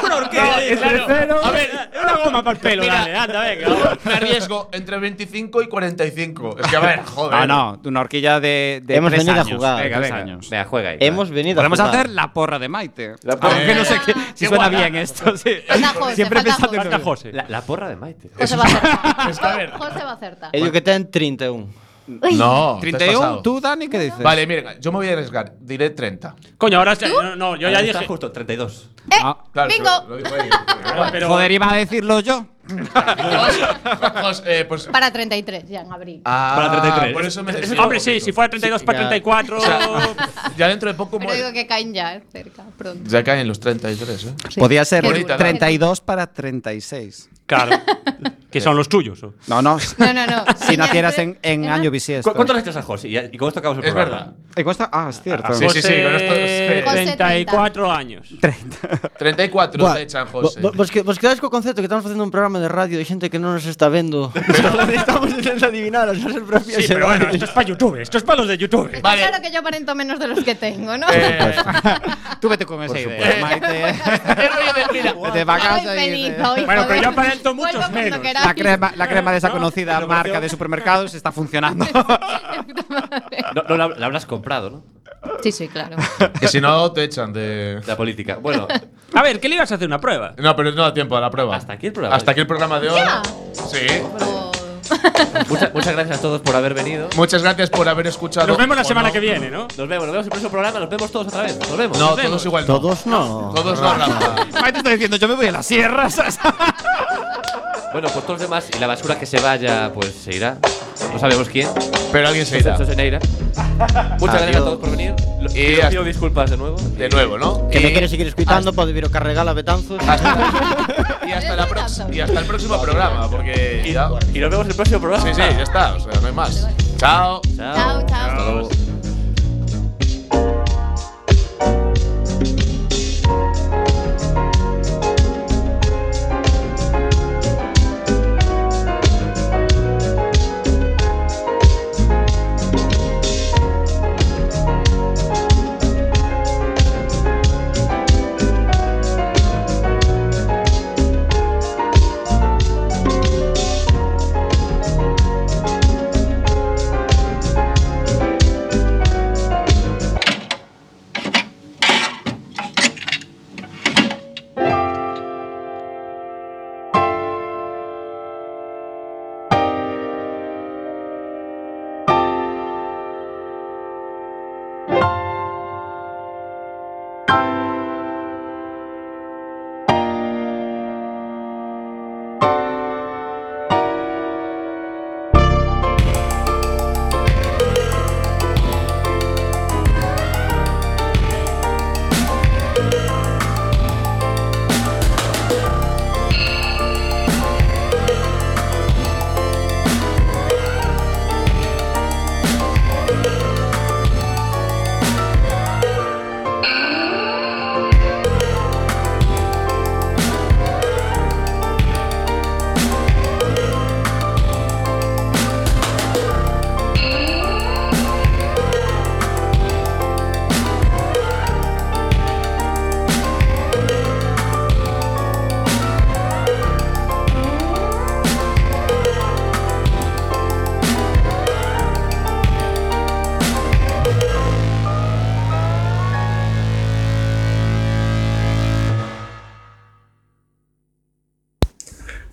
S4: Una horquilla. claro. A ver, una goma para el pelo.
S3: Mira.
S4: Dale, anda, venga. vamos.
S3: Me arriesgo entre 25 y 45. Es que a ver,
S7: No,
S3: joder.
S7: Ah, no, una horquilla de, de
S5: Hemos
S7: tres
S5: venido a
S7: años.
S5: jugar,
S7: Venga,
S5: tres
S7: venga.
S8: Venga, juega ahí.
S5: Hemos venido
S7: Podemos
S5: a jugar.
S7: hacer la porra de Maite.
S8: porra.
S7: Aunque no sé qué- si
S3: Qué
S7: suena
S3: guapa.
S7: bien esto. sí.
S6: Falta José,
S7: Siempre
S6: falta
S7: pensando en
S4: Falta José.
S8: La, la porra de Maite.
S6: José va a acertar.
S3: Es que a ver.
S6: José va a acertar.
S5: El que ten 31.
S3: No, te has
S7: 31,
S3: pasado.
S7: tú, Dani, ¿qué dices?
S3: Vale, miren, yo me voy a arriesgar. Diré 30.
S4: Coño, ahora sí. No, no, yo ya
S8: Ahí está
S4: dije.
S8: justo 32.
S6: Eh,
S7: Ah,
S3: Claro,
S6: Bingo.
S3: pero lo digo ahí.
S4: Pero,
S7: Joder, iba a decirlo yo.
S3: Pues, eh, pues-
S6: Para 33, ya en abril.
S3: Ah,
S8: Para 33.
S3: Por eso me desvío
S4: Hombre,
S3: un
S4: sí,
S3: poquito.
S4: si fuera 32 para 34.
S3: Ya dentro de poco
S6: Pero digo
S3: muere.
S6: que caen ya, eh, cerca, pronto.
S3: Ya caen los 33, ¿eh?
S6: Sí.
S7: Podía ser
S6: Que-
S3: Bonita,
S7: 32 para 36.
S4: Claro. [LAUGHS] Que son los tuyos. ¿o?
S7: No, no.
S6: [LAUGHS] No, no, no.
S7: Si nacieras en, en
S6: Era-
S7: año
S8: ¿Cu
S7: bisiesto.
S8: ¿Cuánto le echas a José? Y, y con esto acabamos el
S3: Es
S8: programa.
S3: verdad.
S7: ¿Y cuánto? Ah, es cierto.
S3: sí, sí, sí,
S4: José,
S3: pero esto
S4: eh,
S3: es-
S6: José,
S4: 34 años.
S3: 34 se echan, José.
S5: Vos, vos, que- vos quedades co concepto que estamos facendo un programa programa de radio de gente que no nos está
S8: [LAUGHS]
S5: viendo. [LAUGHS] estamos intentando adivinar a nuestras propias
S4: Sí, pero bueno, esto es para YouTube, esto es para los de YouTube.
S6: Está claro que yo aparento menos de los que tengo,
S3: Eh,
S6: ¿no?
S3: pues,
S7: Pues, Tú vete con esa idea,
S6: [LAUGHS]
S7: Maite.
S8: El rollo de mira.
S7: De
S6: Claro,
S7: vacaciones. y de-
S6: infeliz, hoy,
S4: Bueno, pero
S6: joder.
S4: yo aparento muchos
S6: Vuelvo cuando
S4: menos.
S6: queráis.
S7: La crema, la crema de esa
S4: No,
S7: conocida
S4: pero
S7: marca
S4: creo-
S7: de supermercados está funcionando.
S8: No, no, la, la habrás comprado, ¿no?
S6: [LAUGHS] Sí, sí, claro.
S9: Que si no, te echan de.
S8: La política. Bueno,
S4: A ver, ¿qué le ibas a hacer una prueba?
S9: No, pero no da tiempo a la prueba.
S8: Hasta aquí el programa.
S9: Hasta aquí el programa de hoy.
S6: Ya.
S9: Sí.
S6: Oh.
S8: mucha- muchas gracias a todos por haber venido.
S9: Muchas gracias por haber escuchado.
S4: Nos vemos la
S9: o
S4: semana
S9: no.
S4: que viene, ¿no?
S8: Nos vemos, nos vemos en el próximo programa, nos vemos todos otra vez. Nos vemos.
S9: No,
S8: Nos vemos.
S9: todos igual. no.
S5: Todos no.
S9: Todos no, Rafa.
S7: Maite está diciendo, yo me voy a las [LAUGHS] sierras.
S8: Bueno, por todos los demás y la basura que se vaya, pues se irá. No sabemos quién.
S9: Pero alguien se irá.
S8: Eso es Neira. Muchas gracias a todos por venir. Lo-
S9: Ah, Y
S8: pido-
S9: hasta-
S8: pido disculpas de nuevo.
S9: De nuevo, ¿no?
S5: Que me
S3: Eh,
S9: Y- [LAUGHS]
S5: quieres seguir escuchando, puedo ir a carregar a Betanzos. [LAUGHS]
S9: Y hasta, la prox- y hasta el próximo programa, porque.
S8: Y,
S9: ya-
S8: y nos vemos en el próximo programa.
S9: Sí, sí, ya está. O sea, no hay más. Chao.
S6: Chao, chao.
S8: Hasta luego.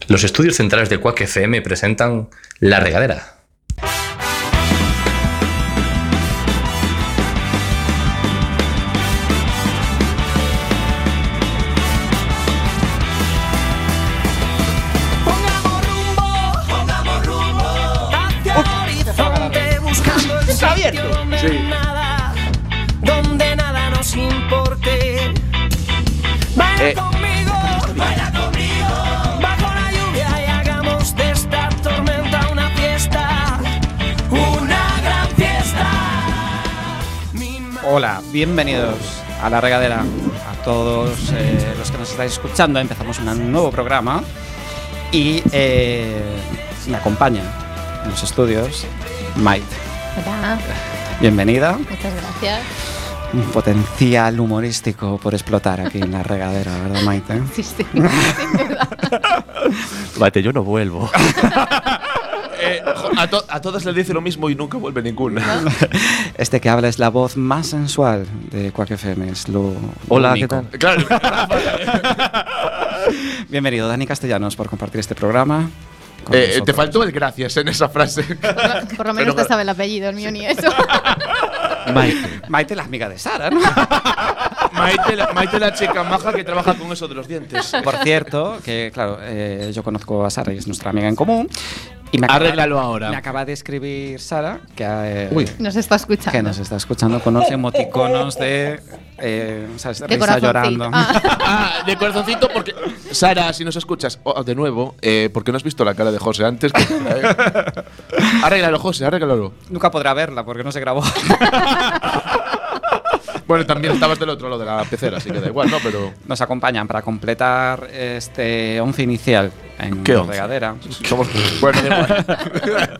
S1: Los estudios centrales de Quack FM presentan La Regadera.
S2: Pongamos rumbo, pongamos rumbo hacia el horizonte buscando el sitio donde nada, donde nada nos importe. Baila
S3: Eh.
S2: conmigo, baila conmigo, bajo la lluvia y hagamos de esta tormenta una fiesta, una gran fiesta. Mi
S7: Hola, bienvenidos a La Regadera. A todos eh, los que nos estáis escuchando, empezamos un nuevo programa y eh, me acompaña en los estudios Maite.
S6: Hola,
S7: Bienvenida,
S6: muchas gracias.
S7: un potencial humorístico por explotar aquí en La Regadera, ¿verdad eh? Maite?
S6: Sí, sí, sin duda.
S8: Mate, yo no vuelvo.
S3: Eh, jo, a, to- a todas les dice lo mismo y nunca vuelve
S9: Eh,
S3: ninguna.
S7: [LAUGHS] Este que habla es la voz más sensual de Quack FM, es lo
S8: Hola, ¿qué
S7: único.
S8: tal?
S3: claro.
S7: [LAUGHS] Bienvenido Dani Castellanos por compartir este programa. con
S9: Eh, te
S7: nosotros.
S9: faltó el gracias en esa frase.
S6: Por lo menos te sabe el apellido, el mío ni eso.
S7: Maite. [LAUGHS] Maite, la amiga de Sara, ¿no?
S3: Maite, la, Maite la chica maja que trabaja con eso de los dientes.
S7: [LAUGHS] Por cierto, que claro, eh, yo conozco a Sara y es nuestra amiga en común. Y me
S9: Arréglalo ahora.
S7: Me acaba de escribir Sara que, eh,
S6: Nos está escuchando.
S7: que nos está escuchando con unos emoticonos de. Eh, ¿sabes?
S6: De
S7: risa
S6: corazoncito.
S7: llorando.
S6: Ah,
S3: [LAUGHS]
S9: Ah, de corazoncito porque.
S3: Sara, si nos escuchas oh, de nuevo, eh, porque no has visto la cara de José antes. arréglalo, José, arréglalo.
S7: [LAUGHS] Nunca podrá verla porque no se grabó. [LAUGHS]
S3: Bueno, también estabas del otro lado de la pecera, así que da igual, ¿no? Pero.
S7: Nos acompañan para completar este once inicial. en
S3: ¿Qué once?
S7: regadera.
S3: Somos- bueno, da
S9: [LAUGHS]
S3: igual.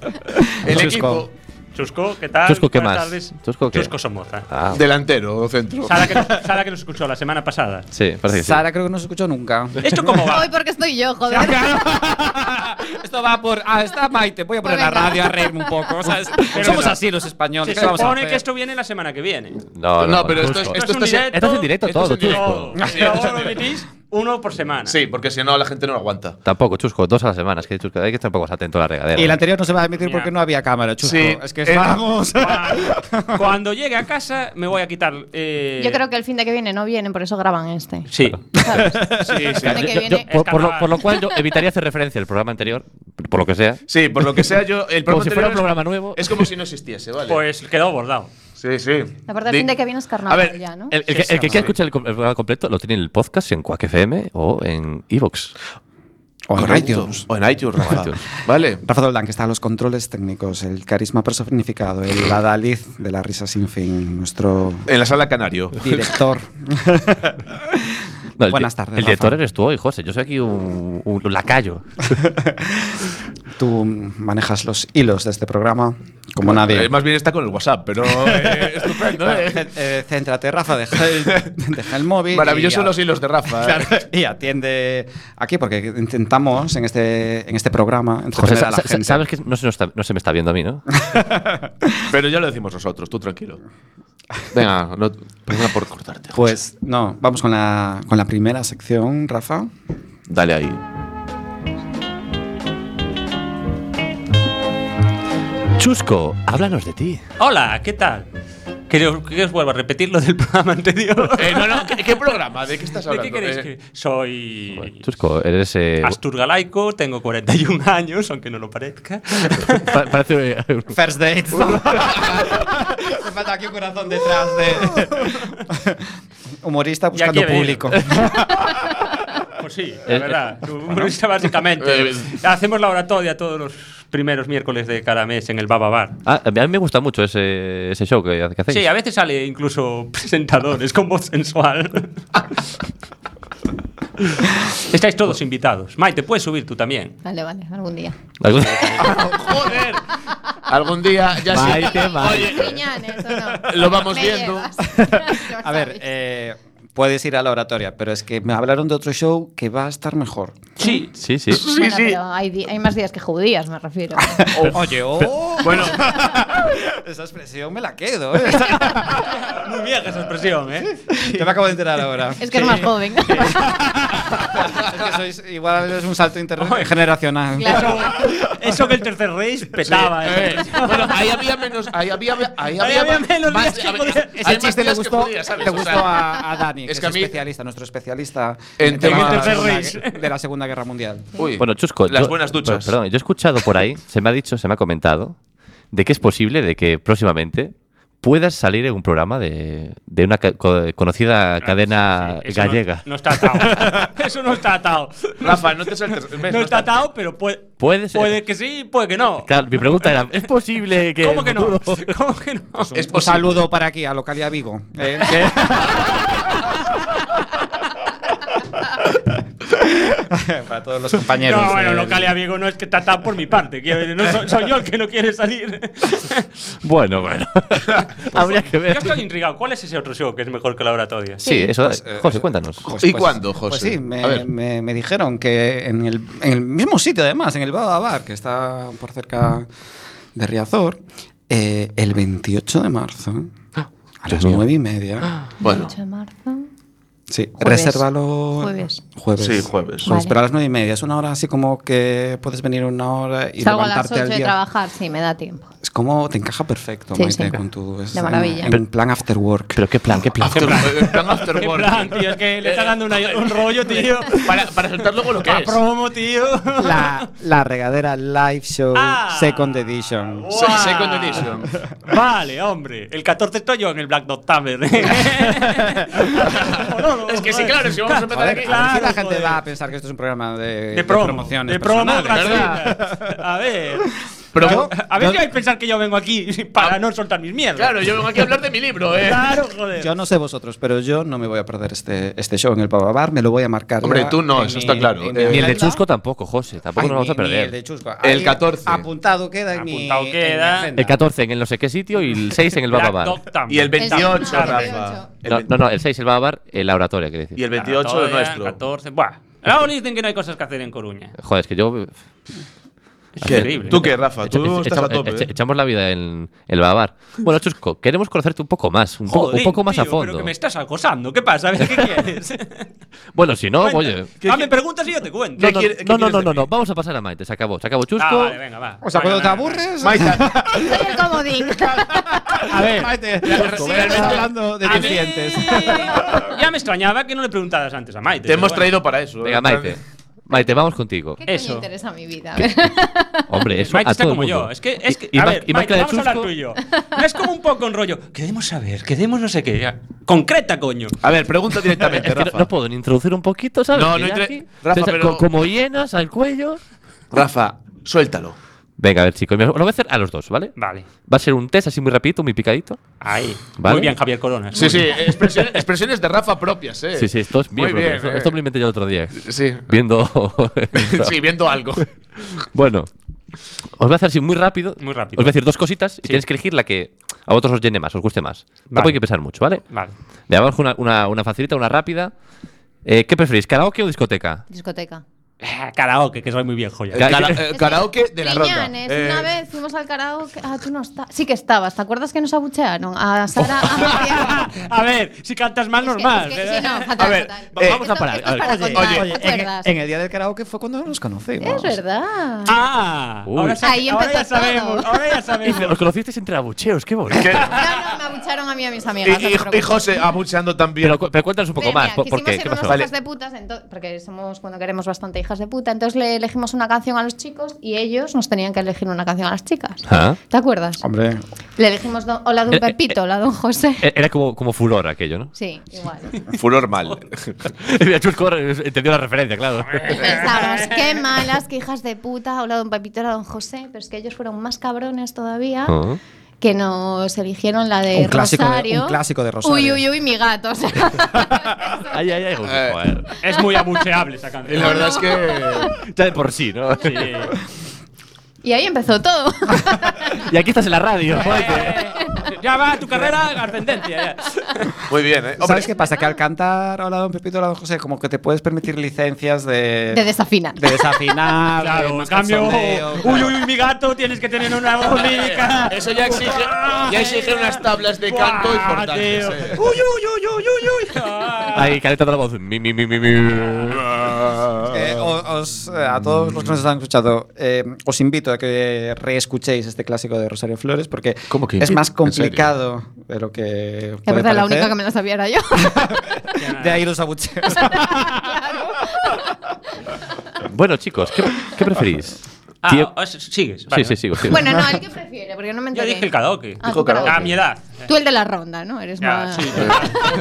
S3: El equipo
S4: Chusco, ¿qué tal?
S9: Chusco, ¿qué
S4: Buenas
S9: más?
S4: tardes.
S9: Chusco, ¿qué?
S4: Somoza.
S9: Ah,
S3: delantero o centro.
S4: Sara que, nos, Sara que nos escuchó la semana pasada.
S9: sí, parece que sí.
S7: Sara creo que no se escuchó nunca.
S4: ¿Esto cómo
S7: [LAUGHS]
S4: va?
S6: Hoy porque estoy yo, joder.
S7: Esto va por. Ah, está Maite. Voy a poner la
S6: Venga.
S7: radio a reírme un poco. ¿sabes? Somos así los españoles.
S4: Se
S7: ¿qué vamos a
S4: supone
S7: hacer?
S4: que esto viene la semana que viene.
S9: No, no,
S3: No, pero esto,
S9: Chusco.
S3: es- esto
S4: Esto es
S3: está
S4: un
S3: se-
S4: directo.
S9: Estás en directo
S3: esto
S9: todo,
S3: es en
S9: Chusco.
S4: No, si ahora lo metís uno por semana.
S3: Sí, porque si no la gente no lo aguanta.
S9: Tampoco, Chusco, dos a la semana. Es que Chusco, hay que estar un poco más atento a la regadera.
S7: Y el anterior no se va a emitir
S4: Mira.
S7: porque no había cámara, chusco.
S3: Sí,
S7: Es que
S3: eh,
S7: [LAUGHS] vamos.
S4: Cuando- Cuando llegue a casa me voy a quitar. eh,
S6: [LAUGHS] Yo creo que el fin de que viene no vienen, por eso graban este.
S4: Sí.
S6: ¿sabes?
S4: Sí, sí.
S6: El fin de que viene.
S9: Por, por lo, por lo cual yo evitaría hacer referencia al programa anterior, por lo que sea.
S3: Sí, por lo que sea yo el
S9: Como
S3: programa
S9: si
S3: anterior
S9: fuera un programa nuevo.
S3: Es como si no existiese, ¿vale?
S4: Pues quedó bordado.
S3: sí, sí.
S6: Aparte, el
S3: Di-
S6: fin de que viene es
S3: A
S6: carnaval
S3: ver,
S6: ya, ¿no?
S9: El, el que, el que quiera escuchar el, com- el programa completo lo tiene en el podcast, en Quack FM o en Evox.
S7: O en
S3: Correcto.
S7: iTunes.
S3: O en iTunes, Rafa.
S9: iTunes.
S3: Vale.
S7: Rafa Doldán, que está en los controles técnicos, el carisma personificado, el adaliz de la risa sin fin, nuestro
S3: En la sala canario.
S7: director. [LAUGHS]
S9: No, el
S7: Buenas
S9: di-
S7: tardes,
S9: El
S7: Rafa.
S9: director eres tú hoy, José. Yo soy aquí un, un lacayo.
S7: Tú manejas los hilos de este programa como nadie.
S3: Eh, más bien está con el WhatsApp, pero [LAUGHS] eh, estupendo,
S7: Bueno,
S3: ¿eh?
S7: cén- eh, céntrate, Rafa, deja el, deja el móvil.
S3: Maravilloso
S7: y a-
S3: los hilos de Rafa. ¿eh?
S7: [LAUGHS] Y atiende aquí, porque intentamos en este, en este programa
S9: José,
S7: entretener
S9: sa-
S7: a la
S9: sa-
S7: gente.
S9: sabes que no se, nos está- no se me está viendo a mí, ¿no?
S3: Pero ya lo decimos nosotros, tú tranquilo. Venga, no, perdona por cortarte.
S7: Pues no, vamos con la, con la primera sección, Rafa.
S3: Dale ahí.
S9: Chusco, háblanos de ti.
S4: Hola, ¿qué tal? Que os, que os vuelvo a repetir lo del programa anterior.
S3: Eh, no, no, ¿qué, qué programa? ¿De qué estás
S4: ¿De
S3: hablando?
S4: qué queréis que.?
S3: Eh,
S4: Soy.
S9: Chusco, eres. eh,
S4: Asturgalaico, tengo 41 [LAUGHS] años, aunque no lo parezca.
S9: pa- parece. eh,
S7: First [LAUGHS] date. Me falta aquí un corazón detrás de. [LAUGHS] Humorista
S4: Y aquí
S7: buscando
S4: he venido.
S7: público.
S4: [LAUGHS] Pues sí, la
S9: Eh,
S4: verdad. Humorista, [LAUGHS] básicamente.
S3: Eh,
S4: Hacemos la oratoria todos los primeros miércoles de cada mes en el Baba Bar.
S9: [LAUGHS] ah, a mí me gusta mucho ese, ese show que, que hacéis.
S4: Sí, a veces sale incluso [LAUGHS] presentadores con voz sensual. Estáis todos invitados. Maite, puedes subir tú también.
S6: Vale, vale, algún día.
S9: [LAUGHS] Algún-
S3: [LAUGHS] ¡Joder! Algún día ya sí.
S6: Riñones, ¿o no?
S3: Lo vamos
S6: Me
S3: viendo.
S6: llevas. Lo
S7: A
S6: [LAUGHS]
S7: ver,
S6: sabes.
S7: eh, puedes ir a la oratoria, pero es que me hablaron de otro show que va a estar mejor.
S4: Sí.
S9: sí, sí.
S6: Bueno, pero hay, di- hay más días que judías, me refiero.
S7: Oye, oh. [LAUGHS] Bueno. Esa expresión me la [LAUGHS] quedo, ¿eh?
S4: Muy vieja esa expresión, ¿eh?
S7: Yo me acabo de enterar ahora.
S6: Es que es más joven.
S7: Es que sois, igual es un salto
S6: [LAUGHS]
S7: intergeneracional.
S6: Claro.
S4: Eso que el tercer rey petaba. ¿eh?
S3: Bueno, ahí había menos. Ahí había, ahí había,
S4: había
S3: más-
S4: menos
S3: más-
S4: días que
S3: a ver,
S4: podía-
S3: hay
S7: Ese
S3: más
S7: chiste le
S3: días que
S7: Este gustó,
S3: podía, ¿sabes?
S7: le
S3: O sea,
S7: gustó a, a Dani, que
S3: es
S7: es,
S3: que a mí-
S7: especialista, nuestro especialista
S3: En
S7: temas
S4: temas-
S7: de la,
S4: Tercer
S7: Segunda-
S4: Reich.
S7: de la Segunda
S3: [LAUGHS]
S7: Guerra Mundial.
S3: Uy,
S9: Bueno, Chusco.
S3: Las
S9: yo-
S3: buenas duchas.
S9: per- Perdón, yo he escuchado por ahí, se me ha dicho, se me ha comentado, de que es posible de que próximamente puedas salir en un programa de, de una ca- co- conocida cadena
S4: Eso no-
S9: Ah, gallega.
S4: No, está atado. [LAUGHS] Eso no está atado.
S3: Rafa, no te saltes. ves,
S4: No está atado, pero puede,
S9: Puede ser.
S4: puede que sí, puede que no.
S9: Claro, mi pregunta era, ¿es posible que... [LAUGHS]
S4: ¿Cómo que no?
S9: Duro?
S4: ¿Cómo que no?
S3: Es
S7: un
S3: posible.
S7: saludo para aquí, a Localidad Vigo. ¿eh? para todos los compañeros.
S4: No, bueno,
S7: eh,
S4: local y amigo no es que está atado por mi parte. Quiero decir, no soy, soy yo el que no quiere salir.
S9: [LAUGHS] Bueno, bueno. Habría [LAUGHS] que
S4: Yo
S9: ver.
S4: estoy intrigado. ¿Cuál es ese otro show que es mejor que la oratoria?
S9: Sí, eso... José, cuéntanos.
S3: ¿Y cuándo, José?
S7: Pues sí,
S3: A ver.
S7: me, me- me dijeron que en el, en el mismo sitio, además, en el Baba Bar, que está por cerca de Riazor, eh, el 28 de marzo,
S3: Ah,
S7: a las nueve y media.
S3: Bueno,
S6: 8 de marzo.
S7: Sí,
S6: Jueves.
S7: resérvalo.
S6: Jueves.
S7: Jueves.
S3: Sí, jueves.
S7: Pues,
S6: Vale.
S7: Pero a las nueve y media. Es una hora así como que puedes venir una hora y
S6: Salgo a las
S7: levantarte
S6: 8
S7: al
S6: de
S7: día.
S6: trabajar, sí, me da tiempo.
S7: Es como te encaja perfecto,
S6: Sí,
S7: Maite,
S6: sí.
S7: con tu. es
S6: De maravilla.
S7: En, en plan after work.
S9: Pero qué plan, qué plan.
S3: after, eh, plan after
S4: ¿Qué
S3: work.
S4: plan, tío? Es que le está dando una- un rollo, tío.
S3: Para, para saltar luego lo que
S7: Ah,
S4: Pa'
S3: es.
S4: promo, tío.
S7: La, la regadera Live Show
S4: Ah.
S7: Second Edition.
S3: Se-
S4: Guau.
S3: Second edition.
S4: Vale, hombre. El 14 estoy yo en el Black Oh, Dog Tavern. es
S3: que sí, claro, si vamos a empezar
S7: Joder,
S3: aquí.
S7: a ver si la
S4: Claro,
S7: gente
S4: joder.
S7: va a pensar que esto es un programa de,
S4: De promo.
S7: promociones
S4: De promo,
S7: personales.
S4: gratuita. A ver.
S10: Promo-
S4: A ver si vais a pensar que yo vengo aquí [LAUGHS] para no soltar mis mierdas.
S10: Claro, yo vengo aquí a hablar de mi libro, ¿eh?
S4: Claro, joder.
S7: Yo no sé vosotros, pero yo no me voy a perder este, este show en el Pava Bar, me lo voy a marcar.
S3: Hombre,
S7: ya
S3: tú no,
S7: en
S3: eso
S7: mi-
S3: está claro.
S7: en mi
S3: Eh,
S9: Ni el de
S7: agenda.
S9: Chusco tampoco, José. Tampoco
S7: Ay,
S9: nos vamos a
S7: ni- ni
S9: perder.
S7: el de Chusco.
S3: El
S7: Ahí,
S3: 14.
S7: Apuntado queda en mi-
S4: Apuntado
S7: en mi
S4: queda.
S7: agenda.
S9: El 14 en el no sé qué sitio y el
S4: [LAUGHS]
S9: 6 en el
S4: Black
S9: Bababar.
S4: Dog también.
S10: Y el 28,
S6: Claro.
S10: Rafa. El
S9: No,
S10: ve-
S9: no, no, el 6 el Bababar, en la oratoria, quiere decir.
S10: Y el 28
S4: Torre,
S10: es nuestro.
S4: 14. Buah. Luego dicen que no hay cosas que hacer en Coruña.
S9: Joder, es que yo.
S4: Es
S3: ¿Qué?
S4: terrible.
S3: ¿Tú qué, Rafa? Tú
S9: echa-
S3: estás a
S9: echa-
S3: tope.
S9: echa-
S3: ¿eh?
S9: echamos la vida en el Bababar. Bueno, Chusco, queremos conocerte un poco más, un, poco- un
S4: Joder,
S9: poco más
S4: tío,
S9: a fondo.
S4: Pero que me estás acosando. ¿Qué pasa? A ver,
S9: [LAUGHS]
S4: ¿qué quieres?
S9: Bueno, si no,
S4: Cuenta.
S9: oye.
S4: Ah, me preguntas y yo te cuento.
S9: No, no,
S3: quiere- qué
S9: no, no,
S3: quieres
S9: no, no,
S3: decir?
S9: no, vamos a pasar a Maite, se acabó. Se acabó Chusco.
S4: Ah, vale, venga, va.
S7: O sea, cuando te aburres.
S6: Soy el comodín.
S4: [LAUGHS] A ver.
S10: Realmente hablando de
S4: a
S10: tus
S4: mí- [LAUGHS]
S10: dientes.
S4: Ya me extrañaba que no le preguntaras antes a Maite.
S3: Te hemos
S4: pero
S3: traído para eso.
S9: Venga, Maite. Maite, vamos contigo.
S6: ¿Qué
S4: Eso.
S6: coño interesa mi vida? [LAUGHS]
S4: bueno.
S9: Hombre, eso
S4: Maite
S9: a
S4: está
S9: todo el
S4: como yo.
S9: mundo.
S4: Es que, es que
S9: Y- y
S4: a
S9: más-
S4: ver,
S9: y más
S4: Maite,
S9: que la de
S4: vamos a hablar
S9: Chusco.
S4: tú y yo. No es como un poco en rollo. Queremos saber, queremos no sé qué. Ya. Concreta, coño.
S3: A ver, pregunta directamente,
S9: [LAUGHS] Es que no-
S3: Rafa.
S9: no puedo ni introducir un poquito, ¿sabes?
S3: No,
S9: Que
S3: no
S9: ya
S3: intre-
S9: aquí-
S3: Rafa,
S9: Entonces,
S3: pero-
S9: co- Como hienas al cuello.
S3: Rafa, suéltalo.
S9: Venga, a ver, chicos, me- lo voy a hacer a los dos, ¿vale?
S4: Vale.
S9: Va a ser un test así muy rapidito, muy picadito.
S4: Ahí.
S9: Vale.
S4: Muy bien, Javier Corona.
S3: Sí, sí, expresiones, expresiones de Rafa propias, ¿eh?
S9: Sí, sí, esto es bien,
S3: Muy
S9: propio.
S3: bien.
S9: esto,
S3: eh.
S9: esto me lo inventé yo el otro día. [LAUGHS]
S3: Sí.
S9: Viendo.
S3: sí, viendo algo.
S9: Bueno, os voy a hacer así muy rápido.
S4: Muy
S9: Os
S4: rápido.
S9: voy a decir dos cositas y tenéis que elegir la que a vosotros os llene más, os guste más. Tampoco
S4: Vale.
S9: hay que pensar mucho, ¿vale?
S4: Vale.
S9: Le damos una, una, una facilita, una rápida. Eh, ¿Qué preferís, karaoke o discoteca?
S6: Discoteca.
S4: Ah, Karaoke, que soy muy bien joya.
S9: Ca-
S3: Cara- eh, karaoke de la ronda.
S6: Liñanes,
S3: Eh,
S6: una vez fuimos al karaoke. Ah, tú no estabas. Sí que estabas. ¿Te acuerdas que nos abuchearon? A Sara.
S9: [LAUGHS]
S6: a
S9: Ah,
S6: María.
S4: a ver, si cantas mal,
S6: Es que-
S4: normal.
S6: es que- sí, no, fatal,
S3: A ver,
S6: fatal.
S9: va- vamos a
S6: Esto-
S9: parar.
S6: esto
S9: A
S6: es
S9: ver,
S6: para
S9: oye,
S6: contar, ¿te
S7: en,
S6: acuerdas?
S7: en el día del karaoke fue cuando nos conocimos.
S6: Es verdad.
S4: Ah,
S9: Uy.
S4: ahora, sa-
S6: Ahí
S4: ahora ya
S6: empezó todo.
S4: sabemos, ahora ya
S9: Dice,
S4: sabemos.
S9: Os conocisteis entre abucheos, qué bonito.
S6: No, no, me abucharon a mí Eh, y a mis
S3: y,
S6: amigas. no te
S3: y, y
S6: preocupes.
S3: José abucheando también.
S9: [LAUGHS] Pero, cu- pero cuéntanos un poco
S6: Mira,
S9: más,
S6: mira,
S9: ¿por, por qué?
S6: quisimos
S9: ¿Qué
S6: ser
S9: pasó?
S6: unos hijas de putas, ento- porque somos cuando queremos bastante hijas de puta. Entonces le elegimos una canción a los chicos y ellos nos tenían que elegir una canción a las chicas.
S9: Ah.
S6: ¿Te acuerdas?
S7: Hombre,
S6: Le elegimos don- Hola Don
S9: Eh, eh,
S6: Pepito, Hola Don José.
S9: E- Era como, como furor aquello,
S6: [LAUGHS]
S9: ¿no? [LAUGHS]
S6: Sí, igual.
S3: Furor mal.
S9: Mira, Chusco eh, entendió la referencia, claro.
S6: Y Pensamos, qué malas, qué hijas de puta, Hola Don Pepito, Hola Don José. Pero es que ellos fueron más cabrones todavía.
S9: Ah.
S6: Que nos eligieron la de
S7: Un clásico de-
S6: Rosario.
S7: un clásico de Rosario.
S6: Uy, uy, uy, mi gato. o sea.
S7: [LAUGHS]
S9: Ay, ay, ay,
S3: Eh.
S9: joder.
S4: [LAUGHS] Es muy abucheable esa
S3: Y
S4: canción.
S3: la
S4: [LAUGHS]
S3: verdad es que.
S9: [LAUGHS] Ya de por sí, ¿no?
S6: y ahí empezó todo.
S7: [LAUGHS]
S9: Y aquí estás en la radio, Maite.
S4: Eh, ya va, tu carrera ascendencia. ya.
S3: Muy bien, ¿eh? Hombre,
S7: ¿sabes qué pasa? Que al cantar Hola Don Pepito, Hola Don José, como que te puedes permitir licencias de.
S6: De desafinar.
S7: de desafinar. de
S4: Claro, en
S7: más
S4: cambio,
S7: cachondeo,
S4: uy,
S7: claro.
S4: uy, uy, mi gato, tienes que tener una voz lírica.
S10: Eso ya exige- ya exige unas tablas de
S4: Buah,
S10: canto importantes,
S4: tío.
S10: eh.
S4: Uy, uy, uy, uy, uy, [LAUGHS] uy. Ah.
S9: Ahí, calentando la voz. Mi, mi, mi, mi, mi.
S7: Eh, o- os, eh, a todos los que nos han escuchado, eh, os invito a que reescuchéis este clásico de Rosario Flores porque
S3: ¿Cómo que?
S7: es más
S3: ¿En serio?
S7: complicado de lo que.
S6: Que
S7: puede
S6: verdad, la única
S7: parecer.
S6: que me la sabía
S7: [LAUGHS]
S6: era yo.
S7: De ahí
S4: [LAUGHS]
S7: los abucheos.
S9: Bueno, chicos, ¿qué, qué preferís?
S4: Ah,
S9: Tío-
S4: os- sigues.
S9: sí,
S4: vale.
S9: sí, sigo, sigo.
S6: bueno, no, el que prefiere, porque no me
S4: Yo
S6: enteré.
S4: dije el karaoke.
S6: Ah, tú karaoke.
S4: A mi edad.
S6: Tú el de la ronda, ¿no? Eres
S4: Ya,
S6: más.
S4: sí.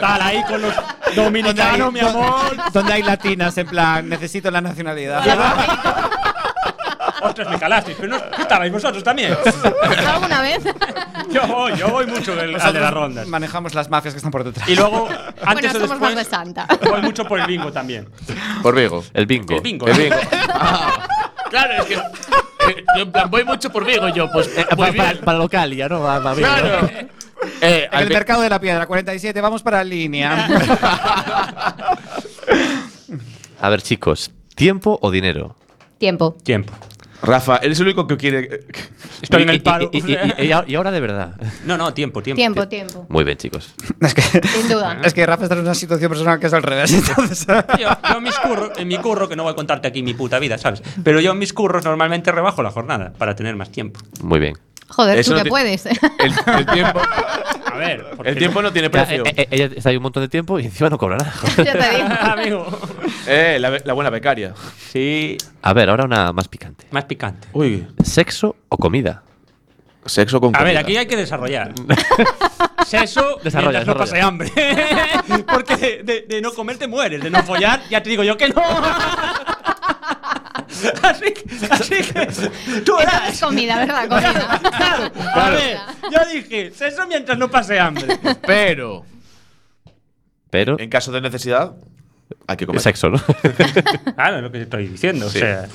S4: Tal, ahí con [LAUGHS] los dominicanos, mi amor. Ah,
S7: Donde hay latinas, en plan, necesito la nacionalidad.
S4: [LAUGHS] Ostras, me calasteis, pero no estabais vosotros también.
S6: [LAUGHS]
S4: [LAUGHS]
S6: ¿Alguna vez?
S4: Yo voy, yo voy mucho del, al de las rondas.
S7: Manejamos las mafias que están por detrás.
S4: Y luego,
S6: bueno,
S4: antes o
S6: somos
S4: después,
S6: más de santa.
S4: voy mucho por el bingo también.
S3: Por Vigo.
S9: El bingo. Eh,
S4: El bingo.
S3: El bingo.
S10: Claro, es que. eh, Yo en plan, voy mucho por Vigo yo, pues. muy
S9: Eh, para, para,
S10: bien.
S9: para Localia, ¿no? Va, va bien, ¿no?
S10: Claro. Eh,
S7: En
S10: al
S7: el
S10: Vigo-
S7: mercado de la piedra, 47, vamos para línea.
S9: [LAUGHS] A ver, chicos, ¿tiempo o dinero?
S6: Tiempo.
S4: Tiempo.
S3: Rafa, eres el único que quiere.
S4: Estoy en
S9: Y-
S4: el paro.
S9: Y, y- y- y- y- y ahora de verdad.
S4: no, no, tiempo, tiempo.
S6: Tiempo, tiempo.
S9: Muy bien, chicos.
S7: es, que,
S6: Sin duda.
S7: es que Rafa está en una situación personal que es al revés. [LAUGHS] Entonces,
S4: Yo, yo mis curro- en mi curro, que no voy a contarte aquí mi puta vida, ¿sabes? Pero yo en mis curros normalmente rebajo la jornada para tener más tiempo.
S9: Muy bien.
S6: Joder,
S3: Eso
S6: tú
S3: no
S6: que
S3: te-
S6: puedes. [LAUGHS]
S3: El, el tiempo.
S4: A ver, porque-
S3: El
S4: [LAUGHS]
S3: tiempo no tiene
S9: Ya,
S3: precio.
S9: eh, eh, ella está ahí un montón de tiempo y encima no cobra nada.
S6: ya te digo.
S4: Amigo.
S3: Eh, la, la buena becaria.
S4: Sí,
S9: A ver, ahora una más picante.
S4: más picante.
S3: Uy.
S9: ¿Sexo o comida?
S3: Sexo con
S4: A ver,
S3: comida.
S4: aquí hay que [LAUGHS] desarrollar. Sexo,
S9: Desarrolla,
S4: mientras no
S9: desarrolla.
S4: pase hambre. [LAUGHS] Porque de, de no comer te mueres, de no follar, ya te digo yo que no. [LAUGHS] Así que, así que tú verás.
S6: Entonces comida,
S3: [LAUGHS]
S6: ¿verdad? Comida.
S4: Claro, a ver, yo dije, eso mientras no pase hambre.
S3: Pero.
S9: Pero.
S3: En caso de necesidad, hay que comer.
S9: Sexo, ¿no?
S4: Claro, es lo que te estoy diciendo.
S3: Sí.
S4: O sea,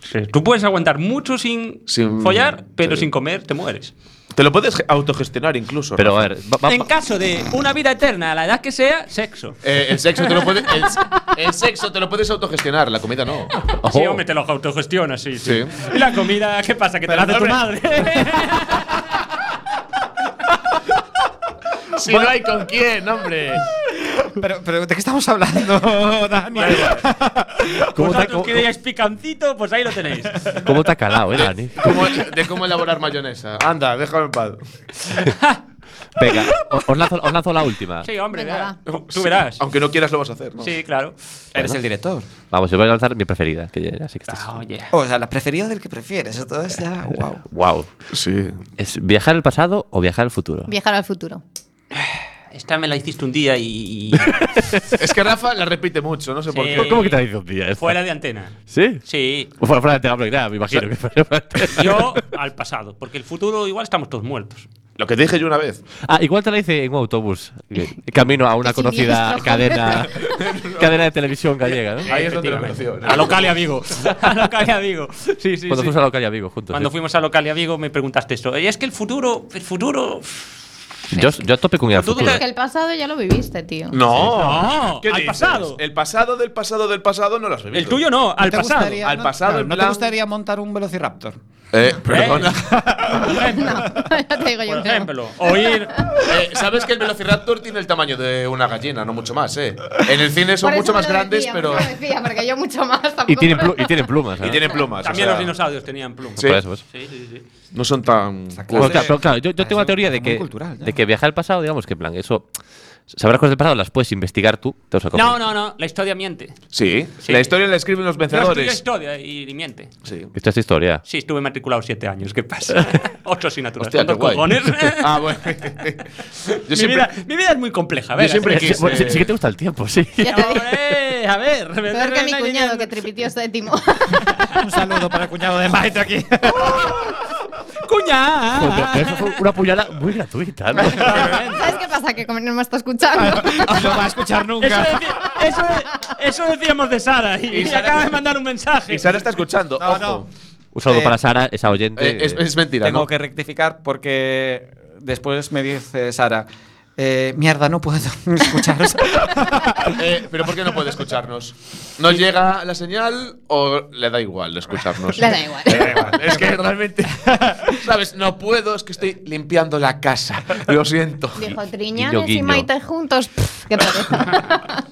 S4: sí, tú puedes aguantar mucho sin,
S3: Sin-
S4: follar, pero
S3: sí.
S4: sin comer te mueres.
S3: Te lo puedes ge- autogestionar incluso.
S9: Pero
S3: Rafa.
S9: a ver, va- va-
S4: En caso de una vida eterna, a la edad que sea, sexo.
S3: Eh, el, sexo te lo puede- el, el sexo te lo puedes autogestionar, la comida no.
S9: Ojo.
S4: Sí, hombre, te lo autogestionas, sí, Oh. sí.
S3: Sí.
S4: Y la comida, ¿qué pasa? Que te la hace tu [LAUGHS] madre.
S10: Si no hay con quién, hombre.
S7: Pero, pero ¿de qué estamos hablando, [LAUGHS] Dani?
S9: ¿Cómo te,
S4: Vosotros
S9: cómo,
S4: queréis picancito, pues ahí lo
S7: [LAUGHS]
S4: tenéis.
S9: cómo te ha calado, eh, Dani?
S3: [LAUGHS] Cómo- de cómo elaborar mayonesa. Anda, déjame en paz.
S9: Venga, o- os lanzo, os lanzo la última.
S4: Sí, hombre,
S6: Venga,
S4: vea. tú tú verás.
S3: Aunque no quieras, lo vas a hacer. ¿no?
S4: Sí, claro.
S7: Eres el director.
S9: Vamos, yo voy a lanzar mi preferida, que ya, ya sé que estás.
S4: Ah, Oye.
S7: O sea, la preferida del que prefieres. Esto es ya. ¡Wow!
S9: Wow.
S3: Sí.
S9: ¿Es viajar al pasado o viajar al futuro?
S6: Viajar al futuro.
S4: Esta me la hiciste un día y.
S3: Es que Rafa la repite mucho, no sé por
S4: Sí.
S3: qué.
S9: ¿Cómo que te ha dicho un día?
S4: [LAUGHS]
S9: esta?
S4: Fuera de antena.
S9: ¿Sí?
S4: Sí.
S9: Fuera, fuera de tema, porque nada, me imagino que fuera de tema.
S4: Yo al pasado, porque el futuro igual estamos todos muertos.
S3: Lo que te dije yo una vez.
S9: Ah, igual te la hice en un autobús. que- Camino a una
S6: Sí,
S9: conocida
S4: [LAUGHS]
S6: siniestro.
S9: cadena, cadena de televisión gallega, ¿no?
S3: Ahí es donde lo conoció.
S4: A local y amigo. [LAUGHS] A local y amigo. Sí, sí,
S9: Cuando
S4: sí.
S9: fuimos a la calle, amigo, juntos.
S4: Cuando
S9: sí.
S4: fuimos a local y amigo me preguntaste esto. Y es que el futuro, el futuro.
S9: Yo, yo a tope con ir al
S4: Tú
S9: futuro.
S6: Es que el pasado ya lo viviste, tío.
S3: No.
S4: No,
S3: ¿Qué
S4: al
S3: dices?
S4: pasado. El,
S3: El pasado del pasado del pasado no lo has vivido.
S4: tuyo no, al
S7: ¿Te
S4: pasado.
S7: gustaría-
S3: Al
S7: no-
S3: pasado,
S7: claro,
S3: en
S7: ¿No te
S3: plan-
S7: gustaría montar un velociraptor?
S3: Eh, perdona.
S6: ya te digo yo.
S4: Por
S6: que [LAUGHS] no.
S4: ejemplo, [LAUGHS] oír.
S3: [LAUGHS] Eh, Sabes que el velociraptor tiene el tamaño de una gallina, no mucho más, ¿eh? En el cine son
S6: Por eso
S3: mucho
S6: me
S3: más
S6: lo
S3: grandes,
S6: decía,
S3: pero.
S6: por eso lo decía, porque yo mucho más tampoco.
S9: Y tienen,
S6: [LAUGHS]
S9: plu- y tienen plumas.
S3: Y
S9: ¿no?
S3: tienen plumas.
S4: También
S3: o sea,
S4: los dinosaurios tenían plumas.
S3: Sí.
S9: Por eso, por eso.
S4: Sí, sí, sí.
S3: No son tan. Pues,
S9: Bueno, claro,
S7: Clase-
S9: pero claro, yo, yo
S7: Ah,
S9: tengo la
S7: es
S9: teoría de
S7: muy
S9: que,
S7: cultural, ya.
S9: de que viajar al pasado, digamos que en plan, eso. Sabrás cosas del pasado, las puedes investigar tú. Te vas a
S4: No, no, no. La historia miente.
S3: Sí.
S4: Sí.
S3: La historia la escriben los
S4: Yo estudié
S3: vencedores.
S4: historia y, y miente.
S3: Sí.
S9: Esta es tu historia.
S4: Sí, estuve matriculado siete años. ¿Qué pasa?
S3: [LAUGHS]
S4: Ocho asignaturas.
S3: Hostia,
S4: ¿Cuántos
S3: qué guay.
S4: cojones?
S3: [LAUGHS] Ah, bueno.
S4: mi,
S3: Yo siempre.
S4: vida, mi vida es muy compleja.
S3: Yo siempre
S9: Sí,
S3: quise.
S9: Eh, bueno, sí, sí que te gusta el
S3: [LAUGHS]
S9: tiempo, sí. [LAUGHS]
S6: Ya te digo.
S4: Hombre, eh, a ver. [LAUGHS]
S6: Peor que mi cuñado que tripitió séptimo.
S10: Un saludo para el cuñado de Maite
S6: [LAUGHS]
S10: aquí.
S9: Joder,
S4: ¡Cuña! ah,
S3: ¿eh?
S9: pero eso fue una puñalada muy
S3: [LAUGHS]
S9: gratuita, ¿no?
S6: ¿Sabes qué pasa? Que como no me está escuchando.
S10: No va a escuchar
S4: Eso,
S10: nunca.
S4: deci- eso de- eso decíamos de Sara y,
S3: Y Sara-
S4: acaba de mandar un mensaje.
S3: Y Sara está escuchando.
S7: No,
S3: ojo.
S7: no.
S9: Un saludo
S7: Eh,
S9: para Sara, esa oyente.
S3: Eh, es, [LAUGHS] es mentira,
S7: Tengo
S3: ¿no?
S7: que rectificar porque después me dice Sara. eh, mierda, no puedo [LAUGHS] escucharos.
S3: Eh, ¿Pero por qué no puede escucharnos? ¿No llega la señal o le da igual escucharnos?
S6: Le da igual.
S3: [LAUGHS] Le da igual. Es que realmente, [LAUGHS] ¿sabes? No puedo, es que estoy limpiando la casa. Lo siento.
S6: Dijo Triñanes
S9: Guiño,
S6: y
S9: guiño.
S6: Maite juntos. Pff, qué pereza.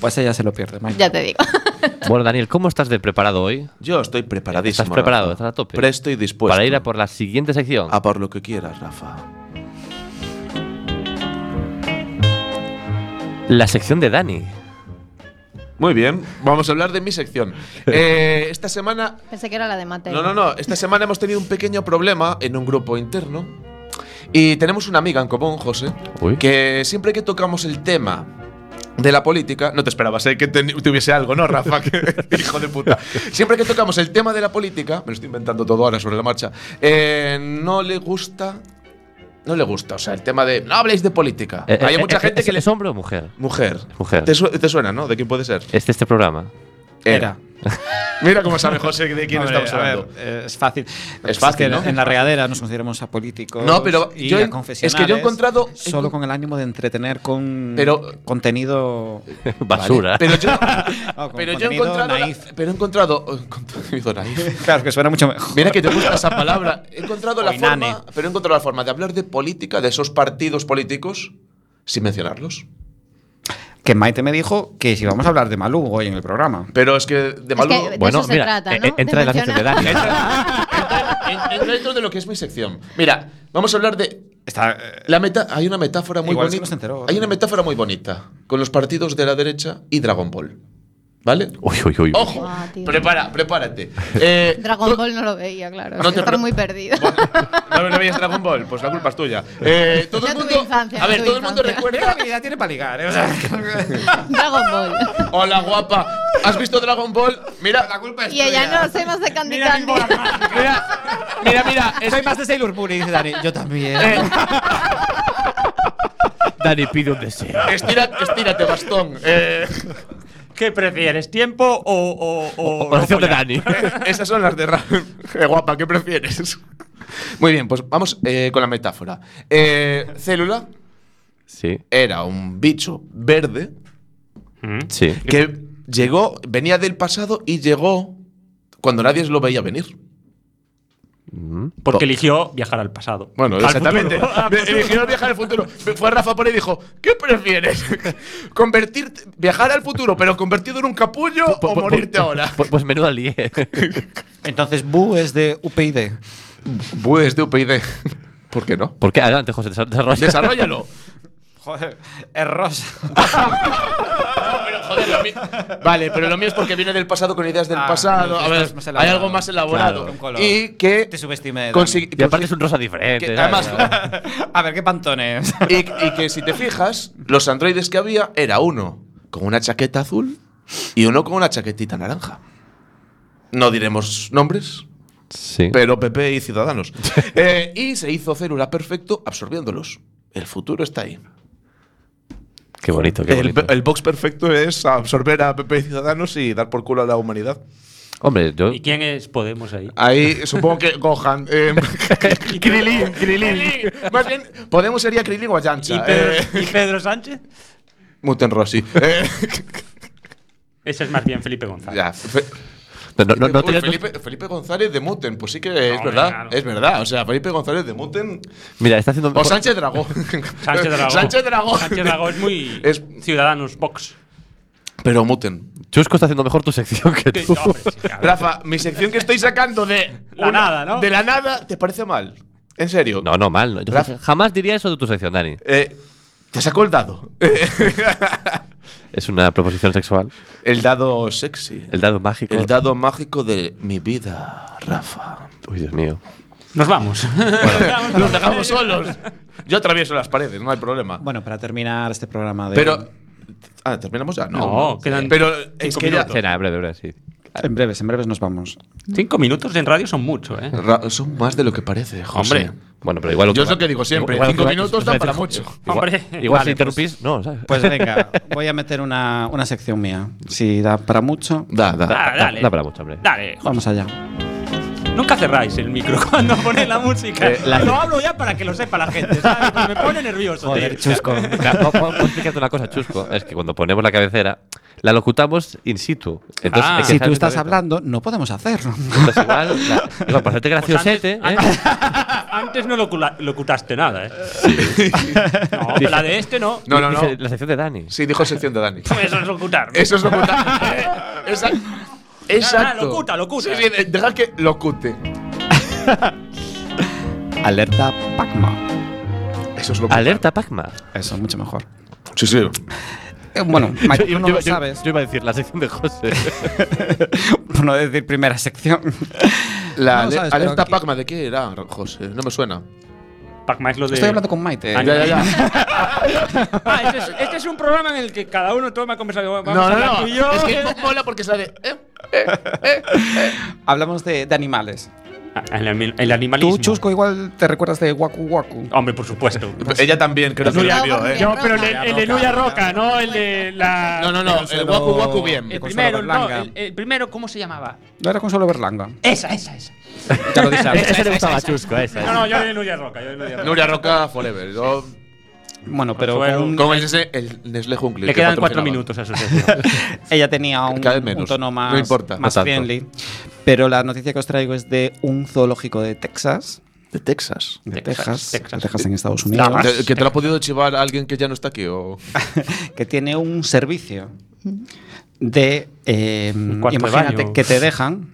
S7: pues ella se lo pierde, Maite.
S6: ya te digo. [LAUGHS]
S9: Bueno, Daniel, ¿cómo estás de preparado hoy?
S3: Yo estoy preparadísimo.
S9: ¿Estás preparado?
S3: Rafa.
S9: ¿Estás a tope?
S3: Presto y dispuesto.
S9: Para ir a por la siguiente sección.
S3: A por lo que quieras, Rafa.
S9: La sección de Dani.
S3: Muy bien, vamos a hablar de mi [LAUGHS] sección. Eh, esta semana
S6: Pensé que era la de Mateo.
S3: No, no, no. Esta semana hemos tenido un pequeño problema en un grupo interno. Y tenemos una amiga en común, José,
S9: Uy.
S3: que siempre que tocamos el tema de la política, no te esperabas eh, que te- tuviese algo, ¿no, Rafa? [LAUGHS] Que- hijo de puta. Siempre que tocamos el tema de la política, me lo estoy inventando todo ahora sobre la marcha, eh, no le gusta, no le gusta, o sea, el tema de no habléis de política.
S9: Eh,
S3: Hay
S9: eh,
S3: mucha
S9: eh,
S3: gente
S9: ¿es-
S3: que le
S9: ¿Es hombre o mujer?
S3: mujer.
S9: Mujer.
S3: ¿Te, su- te suena, no? ¿De quién puede ser?
S9: ¿Es de este programa? [LAUGHS]
S7: Era.
S9: eh.
S3: [LAUGHS] Mira cómo sabe José de quién
S7: A ver,
S3: estamos
S7: a ver,
S3: hablando.
S7: eh, es fácil. Lo que pasa
S3: fácil,
S7: que
S3: ¿no?
S7: En la regadera nos consideramos apolíticos.
S3: No, pero
S7: y
S3: yo he- es que yo
S7: a
S3: he
S7: confesionales,
S3: encontrado-
S7: Solo con el ánimo de entretener con.
S3: Pero- [LAUGHS]
S7: Contenido.
S9: Basura.
S3: Pero
S7: [LAUGHS]
S3: yo,
S7: No, con
S3: pero yo he
S7: contenido
S3: encontrado. la-
S7: naif.
S3: pero he encontrado. oh, Contenido naif.
S7: Claro, que suena mucho mejor.
S3: Mira que te gusta esa palabra. He encontrado la
S7: Oinane.
S3: forma. Pero he encontrado la forma de hablar de política, de esos partidos políticos, sin mencionarlos.
S7: Que Maite me dijo que si vamos a hablar de Malú hoy en el programa.
S3: Pero es que de
S6: Es que
S3: Malú.
S9: [LAUGHS]
S6: de
S9: bueno,
S6: eso se
S9: mira,
S6: trata,
S9: eh,
S6: ¿no?
S9: eh, entra en la sección de Dani.
S6: mencionar-
S3: [LAUGHS] Entra- entra dentro de lo que es mi sección. Mira, vamos a hablar de.
S7: Está. eh,
S3: La meta, hay una metáfora muy
S7: Igual se
S3: bonita.
S7: nos enteró.
S3: hay una metáfora muy bonita con los partidos de la derecha y Dragon Ball. ¿Vale?
S9: Uy, uy, uy.
S3: Ojo,
S6: Ah, tío.
S3: prepara, prepárate. Eh,
S6: Dragon Ball no lo veía, claro.
S3: No
S6: No
S3: te pre-
S6: muy perdido.
S3: ¿No no veías Dragon Ball? Pues la culpa es tuya. Eh, todo el
S6: Ya tuve
S3: mundo.
S6: infancia,
S3: a ver,
S6: ya
S3: todo
S6: tuve
S3: el mundo
S6: infancia.
S3: recuerda. ¿Qué habilidad tiene para ligar? ¿eh?
S6: Dragon Ball.
S3: [LAUGHS] Hola, guapa. ¿Has visto Dragon Ball? Mira. La culpa
S6: Y ella no, soy más de Candy Candy. [LAUGHS]
S3: Mira, mira.
S11: Soy más de Sailor Moon, y dice Dani. Yo también.
S9: Dani pide un deseo.
S3: Estírate, estírate bastón. Eh,
S4: ¿Qué prefieres, tiempo o. o, o, o
S3: de
S4: follar?
S3: Dani. Esas son las de Ra- Eh, guapa, ¿qué prefieres? Muy bien, pues vamos eh, con la metáfora. Eh, célula
S9: Sí,
S3: era un bicho verde
S9: sí.
S3: que llegó, venía del pasado y llegó cuando nadie lo veía venir.
S4: Porque eligió viajar al pasado.
S3: Bueno,
S4: Al
S3: exactamente.
S4: futuro. Al
S3: Me-
S4: futuro.
S3: Eligieron viajar al futuro. Fue Rafa por ahí y dijo: ¿Qué prefieres? [LAUGHS] ¿Convertirte, viajar al futuro, pero convertido en un capullo o morirte ahora?
S9: [LAUGHS] Pues, pues menuda líe.
S7: Entonces, Bu es de UPyD.
S3: Bu es de UPyD. [LAUGHS] ¿Por qué no?
S9: ¿Por qué? Adelante, José, desa- desarrolla.
S3: Desarrollalo.
S7: Joder, es
S3: [LAUGHS]
S7: rosa.
S3: Joder, lo mío- Vale, pero lo mío es porque viene del pasado con ideas del pasado. A ver, hay algo más elaborado. Y que
S7: Te subestimé.
S3: consi-
S9: [LAUGHS] Y aparte es un rosa diferente.
S3: que,
S9: ¿sabes?
S3: además,
S7: [LAUGHS] A ver, ¿qué pantones?
S3: y, y que si te fijas, los androides que había era uno con una chaqueta azul y uno con una chaquetita naranja. No diremos nombres,
S9: Sí.
S3: pero PP y
S9: [LAUGHS]
S3: Ciudadanos. Eh, y se hizo célula perfecto absorbiéndolos. El futuro está ahí.
S9: Qué bonito, qué
S3: El,
S9: bonito.
S3: el box perfecto es absorber a PP y Ciudadanos y dar por culo a la humanidad.
S9: Hombre,
S4: [LAUGHS]
S9: yo.
S4: ¿Y quién es Podemos ahí?
S3: Ah, Ahí supongo que Gohan. Eh, [LAUGHS] Krilin, Krilin. Más bien, Podemos sería Krilin o
S4: ¿Y
S3: Yancha.
S4: Pedro,
S3: eh.
S4: y Pedro Sánchez?
S3: Muten Rossi. Eh,
S4: Ese es más bien Felipe González.
S3: ya, fe-
S9: No, no, no, no
S3: Uy,
S9: tenía- no-
S3: Felipe, Felipe González de Muten, pues sí que es
S4: No,
S3: verdad.
S4: claro.
S3: Es verdad. O sea, Felipe González de Muten.
S9: Mira, está haciendo.
S3: O Sánchez Dragó.
S4: [LAUGHS] Sánchez Dragó.
S3: Sánchez Dragó.
S4: Sánchez Dragó es muy.
S3: Es-
S4: Ciudadanos Vox.
S3: Pero Muten.
S9: Chusco está haciendo mejor tu sección que tú.
S4: Hombre, sí, claro.
S3: Rafa, mi sección que estoy sacando de
S4: La nada, ¿no?
S3: De la nada, ¿te parece mal? En serio.
S9: No, no, mal. no. Yo
S3: Rafa.
S9: jamás diría eso de tu sección, Dani.
S3: Eh, te saco el dado. [LAUGHS]
S9: Es una proposición sexual.
S3: El dado sexy.
S9: El dado mágico.
S3: El dado mágico de mi vida, Rafa.
S9: Uy, Dios mío.
S4: Nos vamos. [LAUGHS]
S3: Nos dejamos solos. Yo atravieso las paredes, no hay problema.
S7: Bueno, para terminar este programa de.
S3: Pero. Ah, ¿terminamos ya? No.
S4: eh, No, quedan
S3: Pero es
S4: cinco
S3: que ya.
S4: minutos.
S9: Será, breve, breve, sí.
S7: En breves, en breves nos vamos.
S4: Cinco minutos en radio son mucho, ¿eh?
S3: Ra- Son más de lo que parece, José.
S4: Hombre.
S9: Bueno, pero igual.
S3: Yo es lo que digo siempre, cinco
S9: igual-
S3: minutos dan para mucho.
S9: Igual,
S4: Hombre.
S9: igual si
S7: Vale, pues-
S9: interrumpís, no, ¿sabes?
S7: Pues venga, voy a meter una, una sección mía. Si da para mucho,
S3: Da, da.
S4: Ah, dale.
S9: Da para mucho, hombre.
S4: Dale. jo-
S7: vamos allá.
S4: Nunca cerráis el micro [LAUGHS] cuando ponéis la música. Lo hablo ya para que lo sepa la gente, ¿sabes? Porque me pone nervioso, tío.
S9: Chusco. Puedo explicarte una cosa, Chusco. Es que cuando ponemos la cabecera, la locutamos in situ. Entonces,
S4: Ah.
S9: hay que
S7: Si
S9: dejar
S7: tú
S9: de
S7: estás
S9: cabeza.
S7: hablando, no podemos hacerlo.
S9: Entonces, igual, la- igual, para hacerte
S4: Pues
S9: graciosete,
S4: antes, [LAUGHS]
S9: ¿eh?
S4: antes no locula- locutaste nada, ¿eh? No, pero la de este no.
S3: Ah. No, no, no.
S9: Dice, La sección de Dani.
S3: Sí, dijo sección de Dani.
S4: Eso es locutar.
S3: Eso es locuta. [LAUGHS] Esa- Exacto.
S4: locuta, locuta.
S3: Sí, sí, de- deja que locute.
S7: Alerta Pacma.
S3: Eso es locuta.
S9: Alerta Pacma.
S7: Eso, mucho mejor.
S3: Sí, sí.
S7: Eh, bueno, Mike, tú no lo sabes.
S9: yo iba a decir la sección de José.
S7: Por no decir primera sección.
S3: La
S7: No lo
S3: ale-
S7: sabes, pero
S3: alerta
S7: aquí-
S3: Pacma, ¿de qué era, José? No me suena.
S4: Pac-Man es lo de.
S7: Estoy hablando con Maite.
S4: Ah,
S3: Ya, ya, ya. [LAUGHS]
S4: Ah, este es, este es un programa en el que cada uno toma conversación. Vamos
S3: no,
S4: a
S3: no,
S4: hablar
S3: no.
S4: tú y yo.
S3: Es que mo- mola porque es la de. eh, eh, eh.
S7: Hablamos de, de animales.
S4: Ah, El, ami- el animalismo.
S7: Tú, Chusco, igual te recuerdas de Waku Waku.
S4: Hombre, por supuesto.
S3: Pues Ella también,
S4: Pues
S3: creo que la vio, ¿eh?
S12: No, pero el, de- el de Nuya Roca, ¿no? El de la.
S3: No, no, no. El Waku Waku bien.
S4: El
S7: Consuelo
S4: primero, no,
S7: Berlanga.
S4: el, Eh. el primero, ¿cómo se llamaba?
S7: No era Consuelo Berlanga.
S4: Esa, esa, esa.
S7: Ya lo dije antes.
S9: Ese le gustaba a Chusco, esa.
S4: No, no, yo de Nuria Roca. Yo de Nuria Roca.
S3: Nuria Roca Forever. Yo-
S7: Bueno, pero
S4: Consuelo.
S7: con-
S3: con el, ese- el Nestlé Jungle.
S4: Le
S3: que
S4: quedan cuatro
S3: patrocinaba.
S4: minutos a su sección.
S7: ella tenía un,
S3: Cada vez menos.
S7: un tono más,
S3: No importa,
S7: más
S9: no tanto.
S7: friendly. Pero la noticia que os traigo es de un zoológico de Texas.
S3: De Texas.
S7: De
S4: Texas,
S7: Texas.
S4: Texas.
S7: de Texas en Estados Unidos.
S3: ¿Te- ¿Que te lo ha podido chivar alguien que ya no está aquí? O...
S7: [LAUGHS] que tiene un servicio de eh,
S4: cuarto de
S7: imagínate
S4: baño.
S7: que te dejan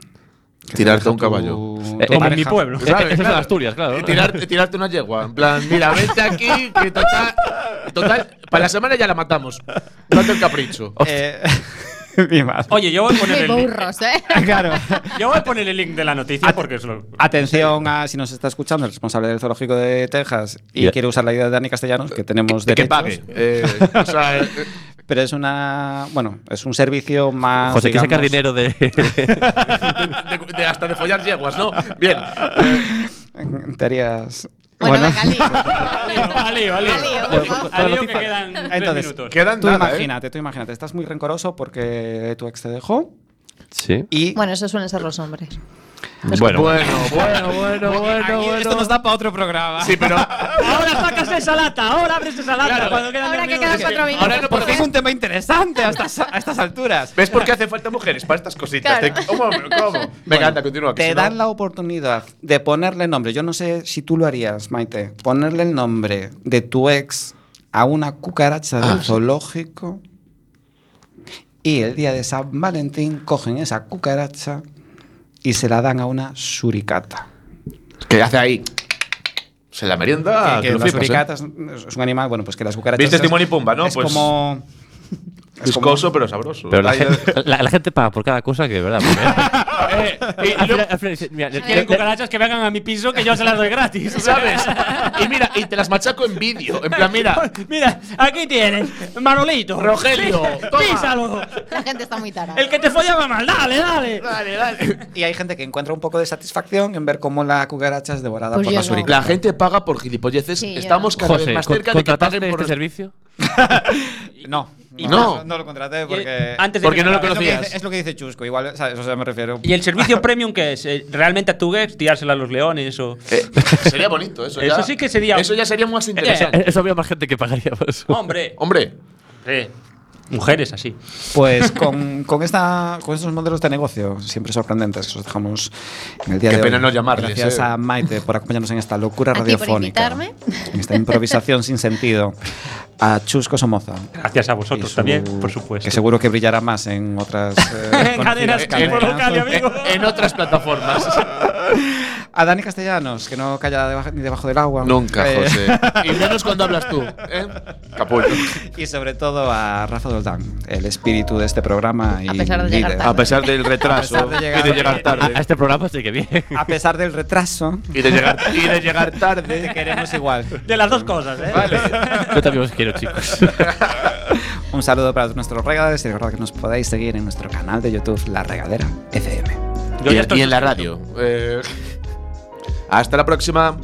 S7: que te
S3: [LAUGHS] Tirarte
S7: deja
S3: un caballo.
S7: tu
S9: Eh,
S4: Como en mi
S9: [LAUGHS]
S7: pareja.
S4: pueblo.
S3: Claro,
S9: Eso es de
S3: claro.
S9: Asturias, claro.
S3: Eh, tirar- tirarte una yegua. En plan, mira, vente aquí, que
S9: [LAUGHS]
S3: total. Total, para la semana ya la matamos. Date el capricho.
S7: [LAUGHS] Eh, [LAUGHS] encima.
S4: Oye, yo voy a poner
S6: Qué
S4: el link.
S6: burros, ¿eh?
S7: [LAUGHS] Claro.
S4: Yo voy a poner el link de la noticia porque es lo.
S7: Atención a si nos está escuchando el responsable del zoológico de Texas y
S9: Ya.
S7: quiere usar la idea de Dani Castellanos, que tenemos
S3: Que- que
S7: derechos.
S3: pague. Eh, o sea, eh,
S7: Pero es una, bueno, es un servicio más
S9: José, que sacar
S7: Ah, digamos,
S9: dinero de.
S7: [LAUGHS]
S3: de- de- de hasta de follar yeguas, ¿no? Bien. Eh,
S7: en tareas.
S6: [LAUGHS] Bueno, venga,
S4: Alío, alío.
S7: Bueno, pues, toda
S4: Alío que
S7: noticia.
S4: quedan tres
S7: Entonces,
S4: minutos.
S7: tú
S3: ¿eh?
S7: imagínate, tú imagínate, estás muy rencoroso porque tu ex te dejó.
S9: Sí.
S7: Y
S6: Bueno, esos suelen ser los hombres.
S9: Bueno,
S3: bueno, bueno,
S13: bueno,
S7: Esto nos da para otro progresa.
S3: Sí, pero
S4: Ahora sacas esa lata, ahora abres esa lata. Cuando quedan
S6: Ahora
S4: diez
S6: que
S4: minutos.
S6: quedan cuatro minutos.
S3: ahora no
S7: Porque es
S3: podemos.
S7: un tema interesante a estas, a estas alturas.
S3: ¿Ves por qué hacen falta mujeres para estas cositas?
S6: Claro.
S3: Te- ¿Cómo? ¿Cómo? Venga,
S7: [LAUGHS] Bueno,
S3: anda, continúa. que
S7: Te
S3: si no-
S7: dan la oportunidad de ponerle nombre. Yo no sé si tú lo harías, Maite. Ponerle el nombre de tu ex a una cucaracha
S3: Ah,
S7: del zoológico. Y el día de San Valentín cogen esa cucaracha y se la dan a una suricata.
S3: ¿Qué hace ahí? Se la merienda. te
S7: que que
S3: lo
S7: las
S3: flipas, ¿eh?
S7: suricatas es es un animal, bueno, pues que las cucarachas.
S3: ¿Viste
S7: es-
S3: Timón y Pumba, no?
S7: Es
S3: Pues-
S7: como. es como-
S3: Viscoso, pero sabroso.
S9: Pero la
S3: Ahí-
S9: gente, la- la gente paga por cada cosa que, de verdad.
S4: Eh,
S3: [LAUGHS]
S4: y
S9: Al
S4: luego-
S9: final- al final dice, mira, le-
S4: Quieren
S9: le-
S4: cucarachas que vengan a mi piso que yo se las doy gratis.
S3: ¿Sabes? Y mira, y te las machaco en vídeo. En plan, mira,
S4: Mira, aquí tienes, Manolito.
S3: Rogelio,
S4: Pisa-
S3: toma.
S4: Písalo.
S6: La gente está muy tara.
S4: El que te follaba mal, dale, dale.
S3: [LAUGHS]
S7: Y hay gente que encuentra un poco de satisfacción en ver cómo la cucaracha es devorada
S6: Pues
S7: por
S6: yo
S7: la
S6: no.
S7: suricata.
S3: la gente paga por gilipolleces.
S6: Sí, ya
S3: Estamos
S6: no.
S3: cada vez
S9: José,
S3: más
S9: con-
S3: cerca de que
S9: ¿contrataste
S3: paguen por
S9: este servicio?
S7: No.
S4: Y
S3: no.
S7: No lo contraté porque.
S4: Antes de
S3: Porque
S4: que-
S3: no lo
S7: Es que
S3: conocías.
S7: dice- es lo que dice Chusco, igual, ¿sabes? O sea, me refiero.
S4: [LAUGHS] ¿Y el servicio premium qué es? Eh, ¿Realmente a tu ex tirársela a los leones o.?
S3: Eh, sería bonito eso.
S4: Eso
S3: ya-
S4: sí que sería- Eh,
S3: Eso ya sería más interesante.
S9: Eso había más gente que pagaría por eso.
S4: Hombre.
S3: Hombre,
S4: eh, Mujeres así.
S6: [LAUGHS]
S7: Pues con, con, esta, con estos modelos de negocio siempre sorprendentes que os dejamos en el día
S3: Qué
S7: de
S3: pena
S7: hoy.
S3: no llamarles,
S7: Gracias
S3: eh.
S7: a Maite por acompañarnos en esta locura
S6: A ti por
S7: radiofónica.
S6: invitarme.
S7: En esta improvisación sin sentido. A Chusco Somoza.
S4: Gracias a vosotros
S7: y su-
S4: también, por supuesto.
S7: Que seguro que brillará más en otras. eh,
S4: [LAUGHS] En
S7: conocidas
S4: cadenas que por local, amigo.
S3: en otras plataformas.
S7: [LAUGHS] A Dani Castellanos, que no calla deba- ni debajo del agua.
S3: Nunca,
S7: Eh,
S3: José. Y menos cuando hablas tú. ¿eh? Capullo.
S7: [LAUGHS] Y sobre todo a Rafa Doldán, el espíritu de este programa. y
S6: A pesar de llegar
S7: líder.
S6: tarde. A
S3: pesar del
S7: A pesar de llegar-
S9: A, a este programa sí que bien.
S7: A pesar del retraso,
S3: Y de llegar, y de llegar tarde.
S7: queremos igual.
S4: De las dos cosas, ¿eh?
S9: Yo también os quiero, chicos.
S7: Un saludo para nuestros regadores y recordad que nos podéis seguir en nuestro canal de YouTube, La Regadera FM.
S4: Yo
S3: y,
S4: ya estoy
S3: y en la
S4: suscrito.
S3: radio. Eh, hasta la próxima.